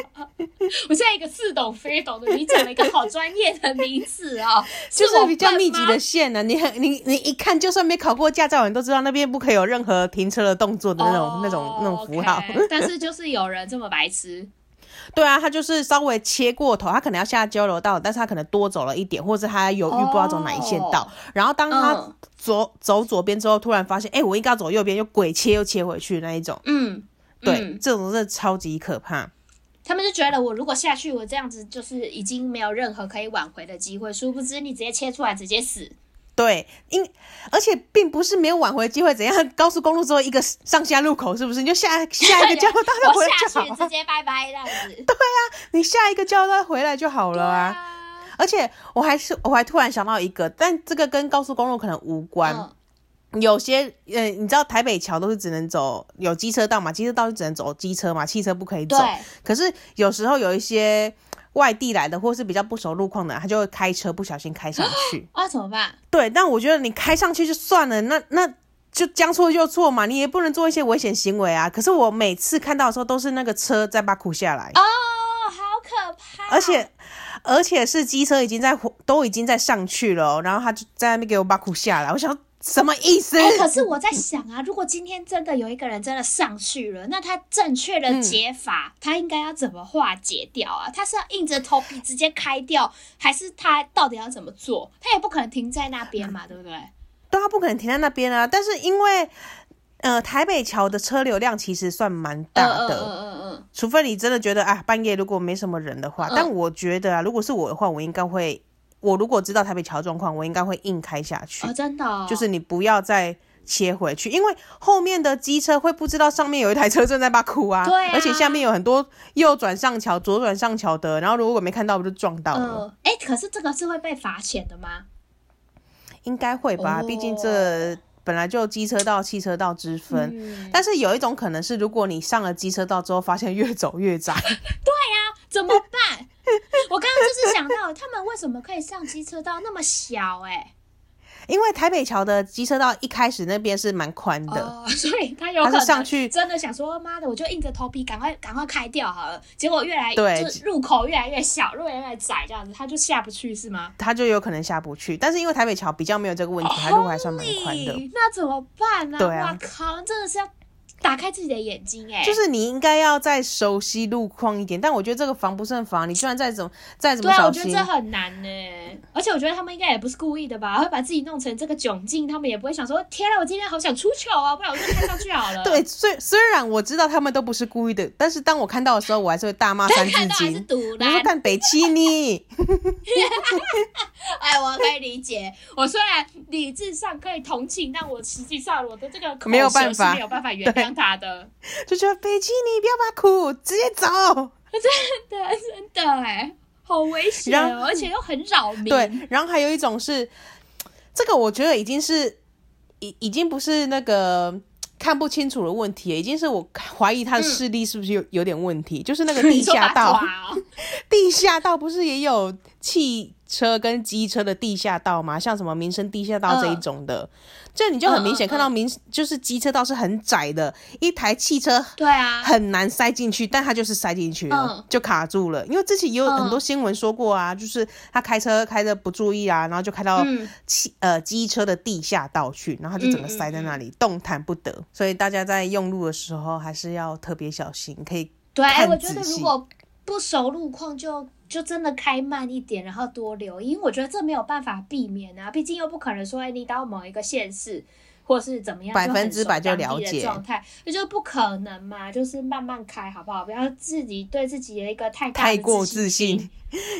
Speaker 2: 我现在一个似懂非懂的，你讲了一个好专业的名词哦，
Speaker 1: 就是
Speaker 2: 我
Speaker 1: 比较
Speaker 2: 笨
Speaker 1: 密集
Speaker 2: 吗
Speaker 1: 的线呢、啊你很你你一看，就算没考过驾照，你都知道那边不可以有任何停车的动作的那种、那种那种符号。
Speaker 2: 哦 OK，但是就是有人这么 白痴，
Speaker 1: 对啊，他就是稍微切过头，他可能要下交流道，但是他可能多走了一点，或者他犹豫
Speaker 2: 哦
Speaker 1: 不知道走哪一线道。然后当他
Speaker 2: 嗯
Speaker 1: 左、走左边之后，突然发现，哎、我应该要走右边，又鬼切又切回去那一种。
Speaker 2: 嗯，
Speaker 1: 对，
Speaker 2: 嗯
Speaker 1: 这种真的超级可怕。
Speaker 2: 他们就觉得我如果下去，我这样子就是已经没有任何可以挽回的机会，殊不知你直接切出来直接死。
Speaker 1: 对，因而且并不是没有挽回机会，怎样？高速公路只有一个上下路口，是不是？你就下下一个交 流道再
Speaker 2: 我
Speaker 1: 回来就
Speaker 2: 下
Speaker 1: 好
Speaker 2: 去
Speaker 1: 了
Speaker 2: 直。接拜拜这样子。
Speaker 1: 你下一个交流道回来就 好了 啊。
Speaker 2: 啊，
Speaker 1: 而且我还是我还突然想到一个，但这个跟高速公路可能无关。
Speaker 2: 嗯
Speaker 1: 有些呃，你知道台北桥都是只能走有机车道嘛，机车道就只能走机车嘛，汽车不可以走
Speaker 2: 对。，
Speaker 1: 可是有时候有一些外地来的或是比较不熟路况的，他就会开车不小心开上去。
Speaker 2: 啊怎么办？
Speaker 1: 对，但我觉得你开上去就算了，那那就将错就错嘛，你也不能做一些危险行为啊。可是我每次看到的时候，都是那个车在把苦下来，
Speaker 2: 哦，好可怕！哦
Speaker 1: 而且而且是机车已经在都已经在上去了哦、然后他就在那边给我把苦下来，我想什么意思？
Speaker 2: 哎、可是我在想啊，如果今天真的有一个人真的上去了，那他正确的
Speaker 1: 嗯
Speaker 2: 解法，他应该要怎么化解掉啊？他是要硬着头皮直接开掉，还是他到底要怎么做？他也不可能停在那边嘛，对不对？
Speaker 1: 对啊，不可能停在那边啊。但是因为呃，台北桥的车流量其实算蛮大
Speaker 2: 嗯
Speaker 1: 的，
Speaker 2: 嗯嗯嗯
Speaker 1: 除非你真的觉得啊，半夜如果没什么人的话，
Speaker 2: 嗯
Speaker 1: 但我觉得啊，如果是我的话，我应该会，我如果知道台北桥状况，我应该会硬开下去，
Speaker 2: 嗯，哦，真的、哦，
Speaker 1: 就是你不要再。切回去，因为后面的机车会不知道上面有一台车正在把哭啊，
Speaker 2: 对啊
Speaker 1: 而且下面有很多右转上桥、左转上桥的，然后如果没看到，不就撞到了？
Speaker 2: 嗯，哎、可是这个是会被罚钱的吗？
Speaker 1: 应该会吧，
Speaker 2: 哦
Speaker 1: 毕竟这本来就机车道、汽车道之分，
Speaker 2: 嗯，
Speaker 1: 但是有一种可能是，如果你上了机车道之后，发现越走越窄，
Speaker 2: 怎么办？ 我刚刚就是想到，他们为什么可以上机车道那么小、哎，
Speaker 1: 因为台北桥的机车道一开始那边是蛮宽的，
Speaker 2: 哦， 所以他有
Speaker 1: 他
Speaker 2: 可
Speaker 1: 是
Speaker 2: 能
Speaker 1: 上去
Speaker 2: 真的想说，妈的，我就硬着头皮赶快赶快开掉好了。结果越来
Speaker 1: 对
Speaker 2: 就是入口越来越小，路越来越窄，这样子他就下不去是吗？
Speaker 1: 它就有可能下不去。但是因为台北桥比较没有这个
Speaker 2: 哦
Speaker 1: 问题，它路还算蛮宽的。
Speaker 2: Holy，那哎怎么办呢、
Speaker 1: 对啊
Speaker 2: 哇靠，真的是要打开自己的眼睛哎、
Speaker 1: 就是你应该要再熟悉路况一点，但我觉得这个防不胜防，你就算再怎么再怎
Speaker 2: 对
Speaker 1: 么
Speaker 2: 啊，
Speaker 1: 小
Speaker 2: 我觉得
Speaker 1: 心，，
Speaker 2: 这很难呢、而且我觉得他们应该也不是故意的吧，会把自己弄成这个窘境，他们也不会想说，天啊，我今天好想出糗啊，不然我就开上去好了。
Speaker 1: 对，虽虽然我知道他们都不是故意的，但是当我看到的时候，我还是会大骂三字
Speaker 2: 看到 啊还是
Speaker 1: 经。
Speaker 2: 堵
Speaker 1: 我说
Speaker 2: 啦，
Speaker 1: 干北七你，
Speaker 2: 哎，我可以理解。我虽然理智上可以同情，但我实际上我的这个口
Speaker 1: 没有
Speaker 2: 舌
Speaker 1: 办法
Speaker 2: 是没有办法原谅他的。
Speaker 1: 就觉得北七你不要把苦，直接走。
Speaker 2: 对，真的哎，好危险
Speaker 1: 然
Speaker 2: 哦，而且又很扰民。
Speaker 1: 对，然后还有一种是，这个我觉得已经是已已经不是那个看不清楚的问题，已经是我怀疑他的视力是不是有、有点问题，就是那个地
Speaker 2: 嗯 你说
Speaker 1: 下
Speaker 2: 八
Speaker 1: 道，
Speaker 2: 卦哦，
Speaker 1: 地下道不是也有汽车跟机车的地下道吗？像什么民生地下道这一种的，这你就很明显
Speaker 2: 嗯嗯嗯
Speaker 1: 看到民、就是机车道是很窄的，一台汽车
Speaker 2: 对啊，
Speaker 1: 很难塞进去，但他就是塞进去了，
Speaker 2: 嗯
Speaker 1: 就卡住了。因为之前也有
Speaker 2: 嗯
Speaker 1: 很多新闻说过啊，就是他开车开的不注意啊，然后就开到
Speaker 2: 嗯
Speaker 1: 汽、呃机车的地下道去，然后他就整个塞在那
Speaker 2: 嗯
Speaker 1: 里，动弹不得。所以大家在用路的时候还是要特别小心，可以
Speaker 2: 对，哎
Speaker 1: 看
Speaker 2: 我觉得
Speaker 1: 仔细
Speaker 2: 如果不熟路况就，就真的开慢一点，然后多留意，因为我觉得这没有办法避免啊，毕竟又不可能说，哎，你到某一个县市。或是怎么样，
Speaker 1: 百分之百就
Speaker 2: 就很熟
Speaker 1: 了
Speaker 2: 当地
Speaker 1: 解
Speaker 2: 的状态，那就不可能嘛，就是慢慢开好不好？不要自己对自己的一个太大的
Speaker 1: 太过
Speaker 2: 自
Speaker 1: 自
Speaker 2: 信
Speaker 1: 信。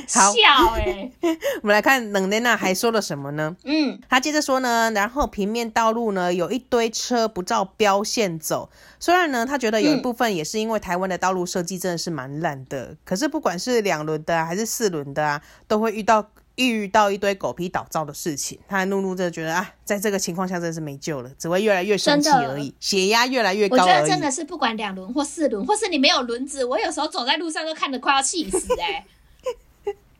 Speaker 1: 好，
Speaker 2: 笑哎、
Speaker 1: 我们来看冷雷娜还说了什么呢？
Speaker 2: 嗯，
Speaker 1: 他接着说呢，然后平面道路呢有一堆车不照标线走，虽然呢他觉得有一
Speaker 2: 嗯
Speaker 1: 部分也是因为台湾的道路设计真的是蛮烂的，可是不管是两轮的、啊、还是四轮的啊，都会遇到遇到一堆狗皮倒灶的事情。他怒怒真的觉得啊，在这个情况下真的是没救了，只会越来越生气
Speaker 2: 真的
Speaker 1: 而已，血压越来越
Speaker 2: 我
Speaker 1: 高
Speaker 2: 觉
Speaker 1: 而
Speaker 2: 得
Speaker 1: 已。
Speaker 2: 真的是不管两轮或四轮，或是你没有轮子，我有时候走在路上都看得快要气死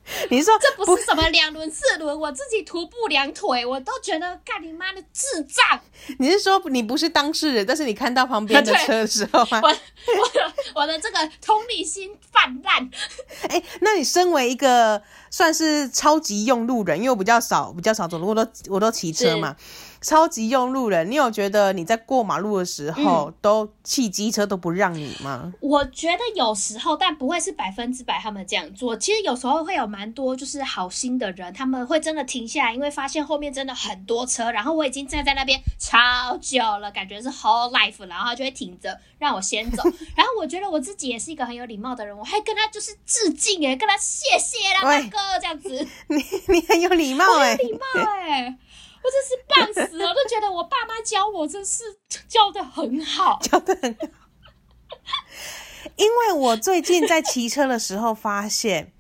Speaker 2: 哎、
Speaker 1: 你说
Speaker 2: 这不是什么两轮四轮，我自己徒步两腿，我都觉得干你妈的智障！
Speaker 1: 你是说你不是当事人，但是你看到旁 边的车的时候吗？
Speaker 2: 我我的我的这个同理心泛滥。
Speaker 1: 哎、欸，那你身为一个算是超级用路人，因为我比较少比较少走路，我都我都骑车嘛。超级用路人，你有觉得你在过马路的时候、嗯、都汽机车都不让你吗？
Speaker 2: 我觉得有时候，但不会是百分之百他们这样做。其实有时候会有蛮多就是好心的人，他们会真的停下来，因为发现后面真的很多车，然后我已经站在那边超久了，感觉是 whole life，然后他就会停着让我先走。然后我觉得我自己也是一个很有礼貌的人，我还跟他就是致敬哎、欸，跟他谢谢啦大哥这样子。
Speaker 1: 你你很有礼貌哎、欸，
Speaker 2: 礼貌哎、欸。我真是棒死了，我都觉得我爸妈教我真是教的很好，
Speaker 1: 教的很好。因为我最近在骑车的时候发 现，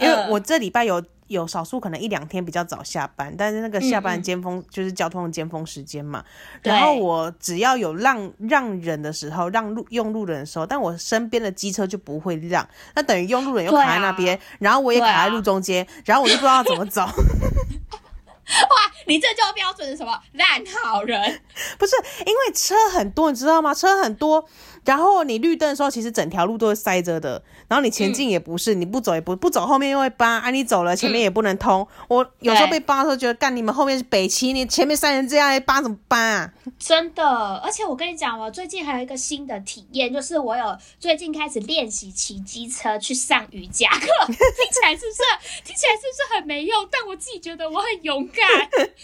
Speaker 1: 因为我这礼拜有有少数可能一两天比较早下班，但是那个下班尖峰、嗯嗯、就是交通的尖峰时间嘛。然后我只要有让让人的时候，让路用路人的时候，但我身边的机车就不会让，那等于用路人又卡在那边，啊、然后我也卡在路中间，啊、然后我就不知道怎么走。
Speaker 2: 哇，你这就标准什么烂好人？
Speaker 1: 不是，因为车很多，你知道吗？车很多，然后你绿灯的时候，其实整条路都是塞着的，然后你前进也不是，嗯、你不走也不不走，后面又会扒，啊，你走了前面也不能通。嗯、我有时候被扒的时候，觉得干你们后面是北齐，你前面塞成这样，扒怎么扒啊？
Speaker 2: 真的，而且我跟你讲，我最近还有一个新的体验，就是我有最近开始练习骑机车去上瑜伽课，听起来是不是？听起来是不是很没用？但我自己觉得我很勇敢。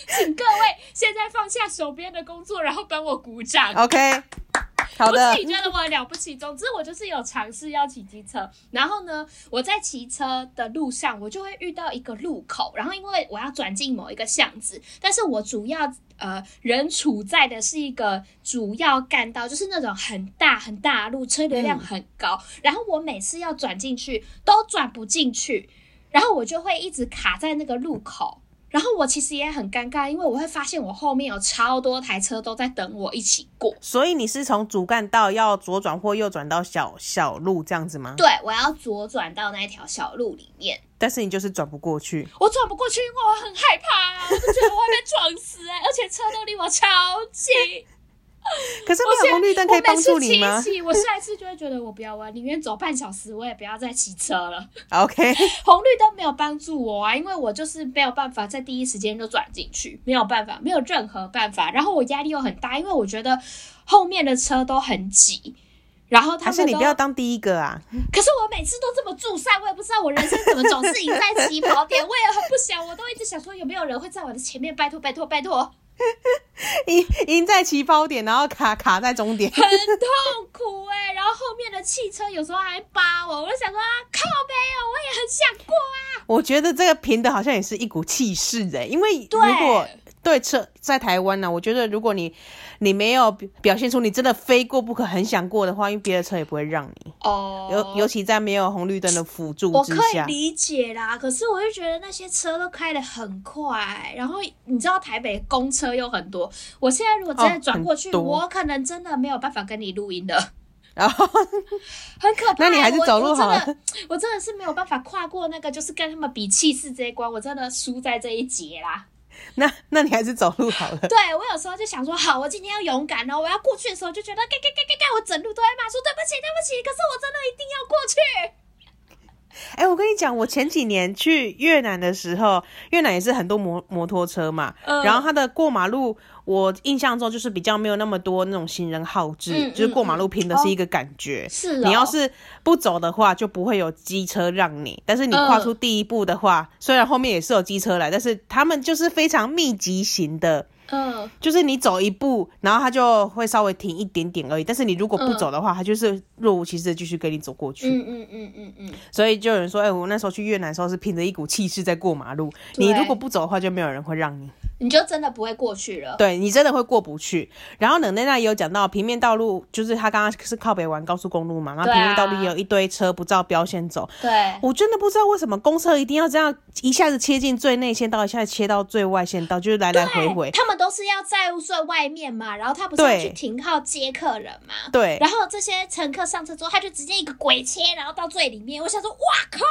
Speaker 2: 请各位现在放下手边的工作，然后帮我鼓掌。
Speaker 1: OK，好的。
Speaker 2: 我自己觉得我了不起，总之我就是有尝试要骑机车。然后呢，我在骑车的路上，我就会遇到一个路口，然后因为我要转进某一个巷子，但是我主要呃人处在的是一个主要干道，就是那种很大很大的路，车流量很高。嗯、然后我每次要转进去都转不进去，然后我就会一直卡在那个路口。然后我其实也很尴尬，因为我会发现我后面有超多台车都在等我一起过。
Speaker 1: 所以你是从主干道要左转或右转到小小路这样子吗？
Speaker 2: 对，我要左转到那一条小路里面。
Speaker 1: 但是你就是转不过去，
Speaker 2: 我转不过去，因为我很害怕、啊，我就觉得我会被撞死哎、欸，而 且车都离我超近。
Speaker 1: 可是没有红绿灯可以帮助你吗？
Speaker 2: 我下一次就会觉得我不要玩，宁愿走半小时，我也不要再骑车了。
Speaker 1: OK，
Speaker 2: 红绿灯没有帮助我啊，因为我就是没有办法在第一时间就转进去，没有办法，没有任何办法。然后我压力又很大，因为我觉得后面的车都很挤。然后
Speaker 1: 们，
Speaker 2: 他
Speaker 1: 还是你不要当第一个啊！
Speaker 2: 可是我每次都这么助赛，我也不知道我人生怎么总是赢在起跑点，我也很不想，我都一直想说有没有人会在我的前面，拜托拜托拜托。
Speaker 1: 赢赢在起跑点，然后卡卡在终点，
Speaker 2: 很痛苦哎、欸。然后后面的汽车有时候还扒我，我就想说啊，靠背哦，我也很想过啊。
Speaker 1: 我觉得这个平的好像也是一股气势哎，因为如果对车在台湾呢、啊，我觉得如果你你没有表现出你真的非过不可、很想过的话，因为别的车也不会让你
Speaker 2: 哦。
Speaker 1: 尤尤其在没有红绿灯的辅助
Speaker 2: 我
Speaker 1: 之
Speaker 2: 可以
Speaker 1: 下，
Speaker 2: 理解啦。可是我就觉得那些车都开的很快，然后你知道台北公车又很多，我现在如果真的转过去，
Speaker 1: 哦
Speaker 2: 我可能真的没有办法跟你录音的。
Speaker 1: 然后
Speaker 2: 很可怕、
Speaker 1: 那
Speaker 2: 欸，
Speaker 1: 你还是走路好
Speaker 2: 了我。我真的， 我真的是没有办法跨过那个，就是跟他们比气势这一关，我真的输在这一节 啦。
Speaker 1: 那那你还是走路好了。
Speaker 2: 对我有时候就想说，好，我今天要勇敢哦！我要过去的时候就觉得，该该该该该，我整路都在骂说对不起对不起，可是我真的一定要过去。
Speaker 1: 哎、欸，我跟你讲，我前几年去越南的时候，越南也是很多摩摩托车嘛，嗯、然后它的过马路，我印象中就是比较没有那么多那种行人好志，
Speaker 2: 嗯嗯
Speaker 1: 就是过马路拼的是一个感觉。哦、
Speaker 2: 是、
Speaker 1: 哦，你要是不走的话，就不会有机车让你，但是你跨出第一步的话，虽然后面也是有机车来，但是他们就是非常密集型的。
Speaker 2: 嗯，
Speaker 1: 就是你走一步，然后他就会稍微停一点点而已。但是你如果不走的话，他、嗯、就是若无其事的继续跟你走过去。
Speaker 2: 嗯嗯嗯嗯嗯。
Speaker 1: 所以就有人说，哎、欸，我那时候去越南的时候是凭着一股气势在过马路。你如果不走的话，就没有人会让你，
Speaker 2: 你就真的不会过去了。
Speaker 1: 对你真的会过不去。然后冷内娜也有讲到，平面道路就是他刚刚是靠北玩高速公路嘛，然后平面道路也有一堆车不照标线走。
Speaker 2: 对，
Speaker 1: 我真的不知道为什么公车一定要这样一下子切进最内线道，一下子切到最外线道，就是来来回回。
Speaker 2: 他们。都是要在务所外面嘛，然后他不是去停靠接客人嘛？
Speaker 1: 对。
Speaker 2: 然后这些乘客上车之后，他就直接一个鬼切，然后到最里面。我想说，哇靠！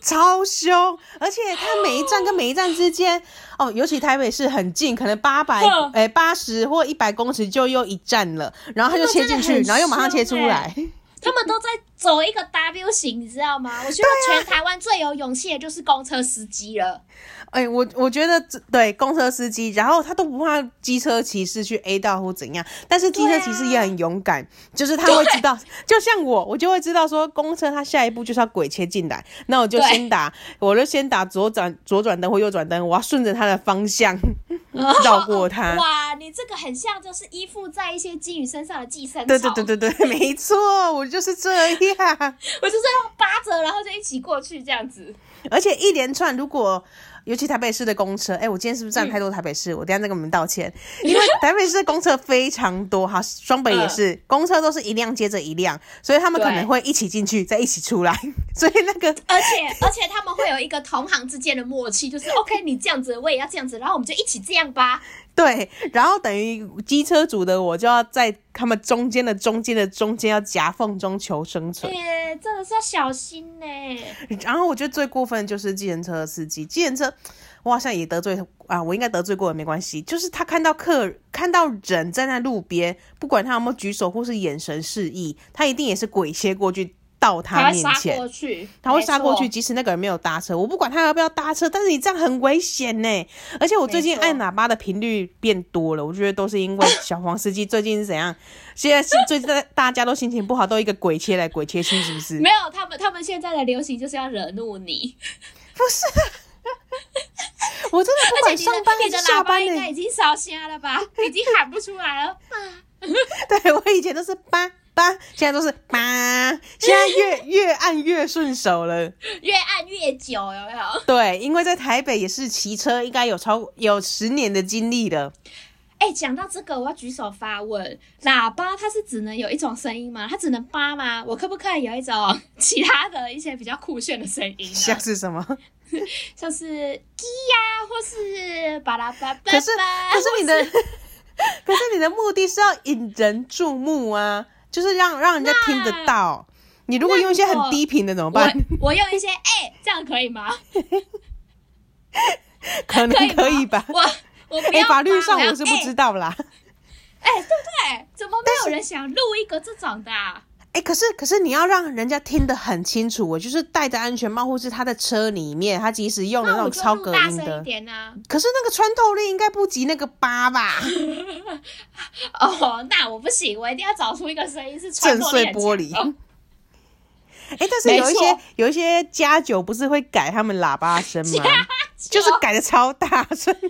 Speaker 1: 超凶，而且它每一站跟每一站之 间，哦，尤其台北市很近，可能八百
Speaker 2: 哼
Speaker 1: 哎八十或一百公尺就又一站了，然后它就
Speaker 2: 他
Speaker 1: 切
Speaker 2: 们
Speaker 1: 进
Speaker 2: 真的
Speaker 1: 去，
Speaker 2: 很
Speaker 1: 然后又马上切出
Speaker 2: 凶欸
Speaker 1: 来，
Speaker 2: 他们都在走一个 W 型，你知道吗？我觉得全台湾最有勇气的就是公车司机了。
Speaker 1: 哎、我我觉得这对公车司机，然后他都不怕机车骑士去 A 到或怎样，但是机车骑士也很
Speaker 2: 啊
Speaker 1: 勇敢，就是他会知道，就像我，我就会知道说公车他下一步就是要鬼切进来，那我就
Speaker 2: 对
Speaker 1: 先打，我就先打左转左转灯或右转灯，我要顺着他的方向 绕过他。
Speaker 2: 哇，你这个很像就是依附在一些金鱼身上的寄生虫。
Speaker 1: 对对对，对对， 没错，我就是这样。
Speaker 2: 我就是要扒着，然后就一起过去这样子。
Speaker 1: 而且一连串，如果尤其台北市的公车，哎、我今天是不是占太多台北市？我等一下再跟你们道歉， 因为台北市的公车非常多，哈，双北也是，公车都是一辆接着一辆，所以他们可能
Speaker 2: 对
Speaker 1: 会一起进去，再一起出来， 所以那个
Speaker 2: 而且而且他们会有一个同行之间的默契， 就是 OK，你这样子，我也要这样子，然后我们就一起这样吧。
Speaker 1: 对，然后等于机车组的我就要在他们中间的中间的中间要夹缝中求生存。
Speaker 2: 哎、真的是要小心呢、
Speaker 1: 然后我觉得最过分的就是计程车司机，计程车我好像也得罪啊，我应该得罪过也没关系，就是他看到客看到人站在路边，不管他有没有举手或是眼神示意，他一定也是鬼切过去到
Speaker 2: 他
Speaker 1: 他
Speaker 2: 会
Speaker 1: 面
Speaker 2: 杀
Speaker 1: 前。
Speaker 2: 过去，
Speaker 1: 他会杀过去，
Speaker 2: 没错。
Speaker 1: 即使那个人没有搭车，我不管他要不要搭车，但是你这样很危险呢。而且我最近
Speaker 2: 没错
Speaker 1: 按喇叭的频率变多了，我觉得都是因 为小黄司机最近是怎样？现在是最近大大家都心情不好，都一个鬼切来鬼切去，是不是？
Speaker 2: 没有，他们他们现在的流行就是要惹怒你，
Speaker 1: 我真的不
Speaker 2: 而
Speaker 1: 管
Speaker 2: 且你的
Speaker 1: 上班还
Speaker 2: 你的
Speaker 1: 是下
Speaker 2: 喇叭
Speaker 1: 班欸呢、
Speaker 2: 应该已经烧瞎了 吧，已经喊不出来了。
Speaker 1: 对我以前都是八八，现在都是八，现在 越越按越顺手了。
Speaker 2: 越按越久，有没有？
Speaker 1: 对，因为在台北也是骑车，应该有超有十年的经历了。
Speaker 2: 哎、讲到这个，我要举手发问：喇叭它是只能有一种声音吗？它只能叭吗？我可不可以有一种其他的一些比较酷炫的声音呢
Speaker 1: 像？是什么？可
Speaker 2: 像是鸡呀、或是巴拉巴巴。
Speaker 1: 是可是你的，可是你的目的是要引人注目啊，就是让让人家听得到。你如果用一些
Speaker 2: 那
Speaker 1: 很
Speaker 2: 我
Speaker 1: 低频的怎么
Speaker 2: 我
Speaker 1: 办？
Speaker 2: 我用一些哎、这样可以吗？
Speaker 1: 可
Speaker 2: 可
Speaker 1: 能
Speaker 2: 以吗
Speaker 1: 可以吧？
Speaker 2: 我我不
Speaker 1: 哎、
Speaker 2: 要叭、
Speaker 1: 法律上
Speaker 2: 我要
Speaker 1: 我是不知
Speaker 2: 哎
Speaker 1: 道啦。
Speaker 2: 哎、对不对？怎么没有人想录一个这种的啊、
Speaker 1: 哎、可是可是你要让人家听得很清楚，我就是戴着安全帽，或是他的车里面，他即使用的
Speaker 2: 那
Speaker 1: 种
Speaker 2: 我就
Speaker 1: 超
Speaker 2: 录
Speaker 1: 隔
Speaker 2: 大
Speaker 1: 音
Speaker 2: 声一
Speaker 1: 的，
Speaker 2: 点啊！
Speaker 1: 可是那个穿透力应该不及那个八吧？
Speaker 2: 哦，那我不行，我一定要找出一个声音是穿
Speaker 1: 震
Speaker 2: 透哦
Speaker 1: 碎
Speaker 2: 力很
Speaker 1: 玻璃
Speaker 2: 强的。
Speaker 1: 哎、但是有一
Speaker 2: 没
Speaker 1: 些
Speaker 2: 错
Speaker 1: 有一些家酒不是会改他们喇叭声 吗？ 就是改的超大声。
Speaker 2: 哦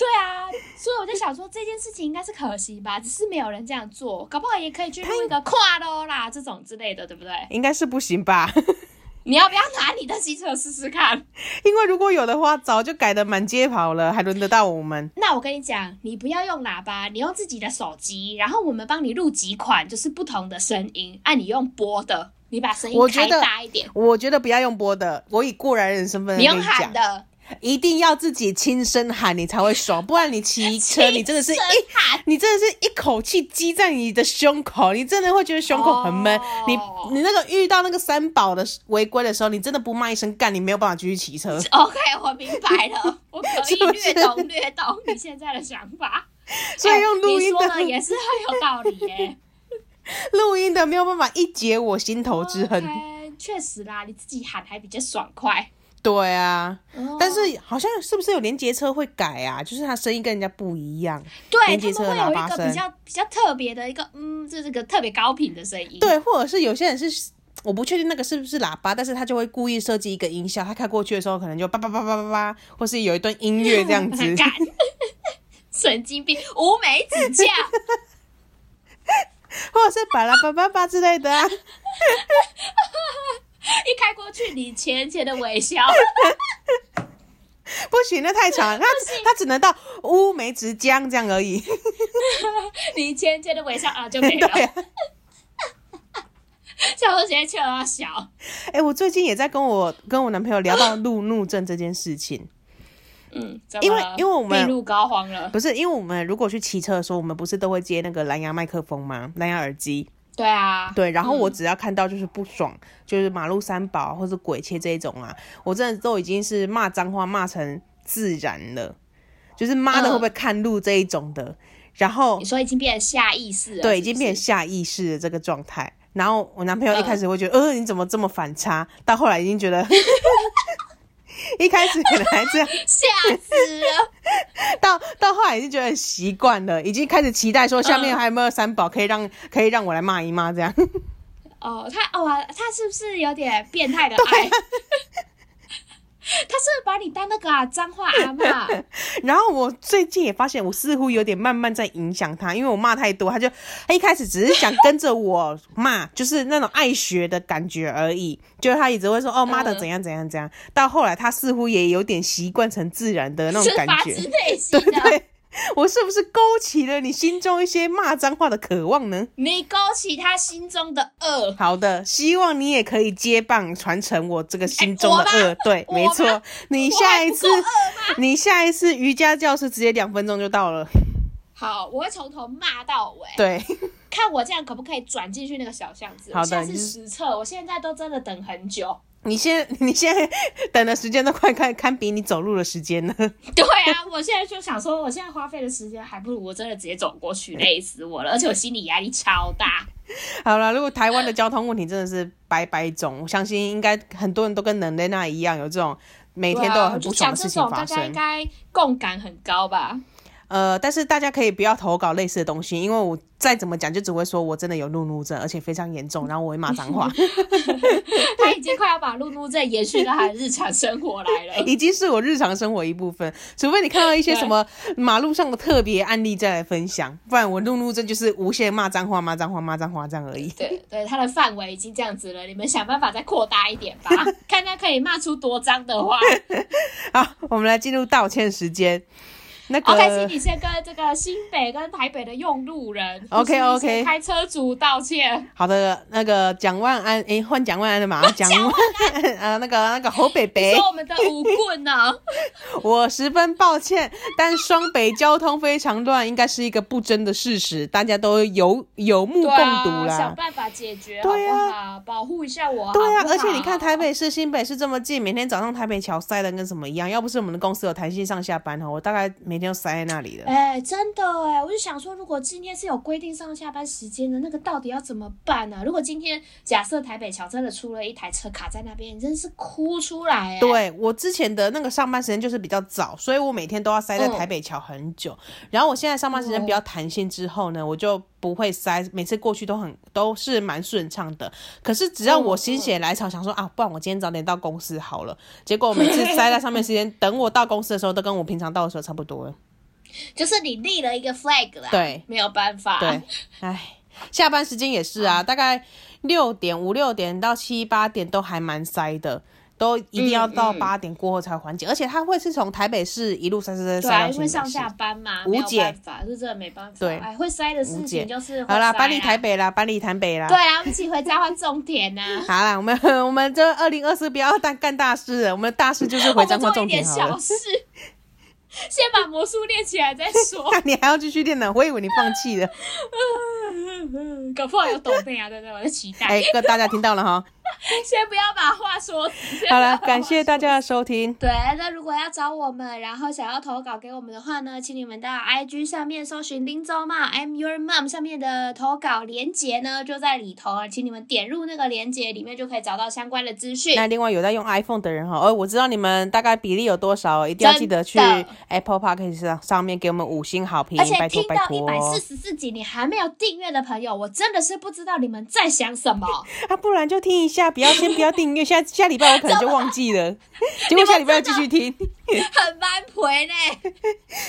Speaker 2: 对啊，所以我就想说这件事情应该是可惜吧，只是没有人这样做，搞不好也可以去录一个跨喽啦这种之类的，对不对？
Speaker 1: 应该是不行吧？
Speaker 2: 你要不要拿你的机车试试看？
Speaker 1: 因为如果有的话，早就改的满街跑了，还轮得到我们？
Speaker 2: 那我跟你讲，你不要用喇叭，你用自己的手机，然后我们帮你录几款，就是不同的声音，按、你用播的，你把声
Speaker 1: 我
Speaker 2: 音
Speaker 1: 觉
Speaker 2: 开
Speaker 1: 得
Speaker 2: 大一点，
Speaker 1: 我觉得不要用播的，我以过来人身份
Speaker 2: 你
Speaker 1: 跟
Speaker 2: 用
Speaker 1: 你
Speaker 2: 喊
Speaker 1: 讲，
Speaker 2: 的，
Speaker 1: 一定要自己亲身喊，你才会爽，不然你骑 车，你真的是一
Speaker 2: 轻声喊。
Speaker 1: 你真的是一口气积在你的胸口，你真的会觉得胸口很闷。
Speaker 2: 哦
Speaker 1: 你你那个遇到那个三宝的违规的时候，你真的不骂一声干，你没有办法继续骑车。
Speaker 2: OK，我明白 了，我可
Speaker 1: 是
Speaker 2: 以
Speaker 1: 不是
Speaker 2: 略懂略懂你现在的想法。
Speaker 1: 所以用录
Speaker 2: 哎你
Speaker 1: 音
Speaker 2: 说的
Speaker 1: 的
Speaker 2: 也是很有道理耶、
Speaker 1: 录音的没有办法一解我心头之恨。
Speaker 2: 哦 OK，确实啦，你自己喊还比较爽快。
Speaker 1: 对啊，
Speaker 2: 哦
Speaker 1: 但是好像是不是有连接车会改啊？就是它声音跟人家不一样。
Speaker 2: 对
Speaker 1: 连
Speaker 2: 他
Speaker 1: 接
Speaker 2: 们
Speaker 1: 车的
Speaker 2: 会有
Speaker 1: 喇
Speaker 2: 一
Speaker 1: 叭
Speaker 2: 个
Speaker 1: 声
Speaker 2: 比较比较特别的一个，嗯，就是这个特别高频的声音。
Speaker 1: 对，或者是有些人是。我不确定那个是不是喇叭，但是他就会故意设计一个音效，他开过去的时候可能就叭叭叭叭叭叭，或是有一段音乐这样 子。
Speaker 2: 很干，神经病，无眉指甲，
Speaker 1: 或者是巴拉巴巴巴之类的啊。
Speaker 2: 一开过去你浅浅的微 笑，
Speaker 1: 不行，那太 长了，他他只能到乌梅子江这样而已。
Speaker 2: 你浅浅的微笑 啊就 没
Speaker 1: 对
Speaker 2: 了。
Speaker 1: 啊，
Speaker 2: 笑说现在笑到小，
Speaker 1: 哎、我最近也在跟我跟我男朋友聊到路怒症这件事情，
Speaker 2: 嗯，怎
Speaker 1: 因
Speaker 2: 么
Speaker 1: 为
Speaker 2: 了
Speaker 1: 因为我们
Speaker 2: 病入膏肓了，
Speaker 1: 不是因为我们如果去骑车的时候，我们不是都会接那个蓝牙麦克风吗？蓝牙耳机。
Speaker 2: 对啊，
Speaker 1: 对，然后我
Speaker 2: 嗯
Speaker 1: 只要看到就是不爽，就是马路三宝或是鬼切这一种啊，我真的都已经是骂脏话骂成自然了，就是妈的
Speaker 2: 嗯
Speaker 1: 会不会看路这一种的，然后
Speaker 2: 你说已经变成下意识了，
Speaker 1: 哦对，
Speaker 2: 啊是
Speaker 1: 已
Speaker 2: 不
Speaker 1: 经变
Speaker 2: 是
Speaker 1: 成下意识的这个状态。然后我男朋友一
Speaker 2: 嗯
Speaker 1: 开始会 觉得，呃，你怎么这么反差？到后来已经觉得， 一开始可能还这样，
Speaker 2: 吓死了，
Speaker 1: 到到后来已经觉得很习惯了，已经开始期待说下
Speaker 2: 嗯
Speaker 1: 面还有没有三宝可以让可以让我来骂一骂这样。
Speaker 2: 哦，他哦，他是不是有点变态的爱？ 他是不是把你当那个啊脏话阿骂？
Speaker 1: 然后我最近也发现，我似乎有点慢慢在影响他，因为我骂太多，他就他一开始只是想跟着我骂，就是那种爱学的感觉而已。就是他一直会说哦妈的
Speaker 2: 嗯
Speaker 1: 怎样怎样怎样，到后来他似乎也有点习惯成自然的 那
Speaker 2: 是
Speaker 1: 种感
Speaker 2: 发自
Speaker 1: 觉。
Speaker 2: 内 心
Speaker 1: 对
Speaker 2: 的。
Speaker 1: 对，我是不是勾起了你心中一些骂脏话的渴望呢？
Speaker 2: 你勾起他心中的恶，
Speaker 1: 好的，希望你也可以接棒传承我这个心中的
Speaker 2: 哎我
Speaker 1: 恶。对，
Speaker 2: 我
Speaker 1: 没
Speaker 2: 吗
Speaker 1: 错，你
Speaker 2: 我
Speaker 1: 下
Speaker 2: 还
Speaker 1: 一
Speaker 2: 不
Speaker 1: 次
Speaker 2: 够，
Speaker 1: 你下一次瑜伽教室直接两分钟就到了。
Speaker 2: 好，我会从头骂到尾，
Speaker 1: 对，
Speaker 2: 看我这样可不可以转进去那个小巷子。
Speaker 1: 好的
Speaker 2: 我现在
Speaker 1: 你
Speaker 2: 是
Speaker 1: 就是
Speaker 2: 实测，我现在都真的等很久。
Speaker 1: 你现 你现在等的时间都快看堪比你走路的时间了。
Speaker 2: 对啊，我现在就想说，我现在花费的时间还不如我真的直接走过去，累死我了，而且我心理压力超大。
Speaker 1: 好了，如果台湾的交通问题真的是百百种，我相信应该很多人都跟能雷娜一样有这种每
Speaker 2: 对
Speaker 1: 天都有
Speaker 2: 啊，我
Speaker 1: 很
Speaker 2: 就
Speaker 1: 不爽的
Speaker 2: 讲这
Speaker 1: 事情
Speaker 2: 种，
Speaker 1: 发
Speaker 2: 大家应
Speaker 1: 生。
Speaker 2: 该共感很高吧？
Speaker 1: 呃，但是大家可以不要投稿类似的东西，因为我再怎么讲就只会说我真的有路怒症，而且非常严 重，然后我会骂脏话，
Speaker 2: 他已经快要把路怒症延续到他的日常生活 来了。
Speaker 1: 已经是我日常生活一部分。除非你看到一些什么马路上的特别案例再来分享，不然我路怒症就是无限骂脏话、骂脏话、骂脏话这样而已。
Speaker 2: 对对，它的范围已经这样子了，你们想办法再扩大一点 吧，看他可以骂出多脏的话。
Speaker 1: 好，我们来进入道歉时间。那个
Speaker 2: OK，请你先跟这个新北跟台北的用路人
Speaker 1: OK，
Speaker 2: 或是一些
Speaker 1: OK
Speaker 2: 开车族道歉。
Speaker 1: 好的，那个蒋万安，诶，换蒋万安的嘛，蒋万安， 呃，那个那个侯北
Speaker 2: 你
Speaker 1: 北，
Speaker 2: 说我们的舞棍呢？
Speaker 1: 我十分抱歉，但双北交通非常乱，应该是一个不争的事实，大家都有有目
Speaker 2: 对
Speaker 1: 共睹
Speaker 2: 啊，想
Speaker 1: 啦。
Speaker 2: 办法解决，好
Speaker 1: 对啊
Speaker 2: 不好？保护一下我好不好，
Speaker 1: 对啊，而且你看台北市、新北市这么近，每天早上台北桥塞的跟什么一样。要不是我们的公司有弹性上下班哦，我大概每天都塞在那里的。
Speaker 2: 哎、真的哎、我就想说，如果今天是有规定上下班时间的，那个到底要怎么办呢、如果今天假设台北桥真的出了一台车卡在那边，你真是哭出来哎、
Speaker 1: 对我之前的那个上班时间就是比较早，所以我每天都要塞在
Speaker 2: 嗯
Speaker 1: 台北桥很久。然后我现在上班时间比较弹性之后呢，我就不会塞，每次过去都很都是蛮顺畅的。可是只要我
Speaker 2: 嗯
Speaker 1: 心血来潮想说啊，不然我今天早点到公司好了，结果我每次塞在上面时间，等我到公司的时候都跟我平常到的时候差不多了。
Speaker 2: 就是你立了一个 flag 啦，
Speaker 1: 对
Speaker 2: 没有办法，啊
Speaker 1: 对，唉，下班时间也是
Speaker 2: 嗯
Speaker 1: 啊，大概六点五六点到七八点都还蛮塞的，都一定要到
Speaker 2: 嗯嗯
Speaker 1: 八点过后才缓解，而且它会是从台北市一路塞塞塞
Speaker 2: 对
Speaker 1: 塞
Speaker 2: 啊，
Speaker 1: 到
Speaker 2: 因
Speaker 1: 新
Speaker 2: 为
Speaker 1: 北
Speaker 2: 上
Speaker 1: 市。
Speaker 2: 下班嘛，
Speaker 1: 无
Speaker 2: 没有
Speaker 1: 解
Speaker 2: 办法，是真的没办法。
Speaker 1: 对
Speaker 2: 哎，会塞的事
Speaker 1: 无解
Speaker 2: 情就是会
Speaker 1: 好啦，
Speaker 2: 塞啊
Speaker 1: 搬离台。北啦，搬离台北啦。
Speaker 2: 对啊，我们一起回家换重点呐、啊。
Speaker 1: 好啦，我们我们这二零二四不要干干大事了，我们的大事就是
Speaker 2: 我
Speaker 1: 回
Speaker 2: 们
Speaker 1: 彰化
Speaker 2: 做一
Speaker 1: 重点
Speaker 2: 点
Speaker 1: 好
Speaker 2: 小
Speaker 1: 了。
Speaker 2: 事，先把魔术练起来再 说。
Speaker 1: 那你还要继续练呢？我以为你放弃 了。
Speaker 2: 搞不好有抖内啊，对不对？我在期待。
Speaker 1: 哎、各大家听到了 哈。
Speaker 2: 先不要把话说死。先不
Speaker 1: 好
Speaker 2: 要把
Speaker 1: 了，
Speaker 2: 话
Speaker 1: 感谢
Speaker 2: 说
Speaker 1: 大
Speaker 2: 死
Speaker 1: 家的收听。
Speaker 2: 对，那如果要找我们，然后想要投稿给我们的话呢，请你们到 IG 上面搜寻林州嘛，I'm Your Mom 上面的投稿连接呢就在里头，请你们点入那个连接里面就可以找到相关的资讯。
Speaker 1: 那另外有在用 iPhone 的人哈，哦，我知道你们大概比例有多少，一定要记得去
Speaker 2: 真的
Speaker 1: Apple Park 上上面给我们五星好评
Speaker 2: 而且，
Speaker 1: 拜托
Speaker 2: 听
Speaker 1: 拜
Speaker 2: 到一
Speaker 1: 托
Speaker 2: 百。四十四集你还没有订阅的朋友，我真的是不知道你们在想什么。
Speaker 1: 啊，不然就听一下，不要先不要订阅，下下礼拜我可能就忘记 了，结果下礼拜要继续听，
Speaker 2: 很蛮陪呢，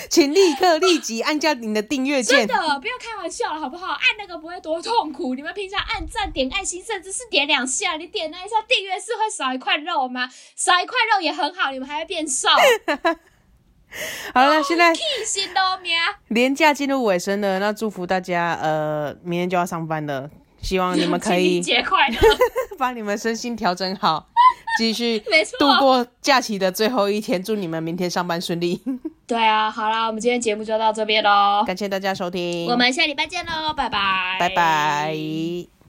Speaker 1: 请立刻立即按下你的订阅
Speaker 2: 真
Speaker 1: 键
Speaker 2: 的。不要开玩笑了，好不好？按那个不会多痛苦，你们平常按赞、点爱心，甚至是点两下，你点那一下订阅是会少一块肉吗？少一块肉也很好，你们还会 变瘦，
Speaker 1: 好了，现在
Speaker 2: 一心都啊咩？
Speaker 1: 廉假进入尾声了，那祝福大家，呃，明天就要上班了，希望你们可
Speaker 2: 情
Speaker 1: 以
Speaker 2: 人节快乐，
Speaker 1: 把你们身心调整好，继续
Speaker 2: 没错
Speaker 1: 度过假期的最后一天，祝你们明天上班顺利。
Speaker 2: 对啊，好啦，我们今天节目就到这边喽，
Speaker 1: 感谢大家收听，
Speaker 2: 我们下礼拜见喽，拜拜，
Speaker 1: 拜拜。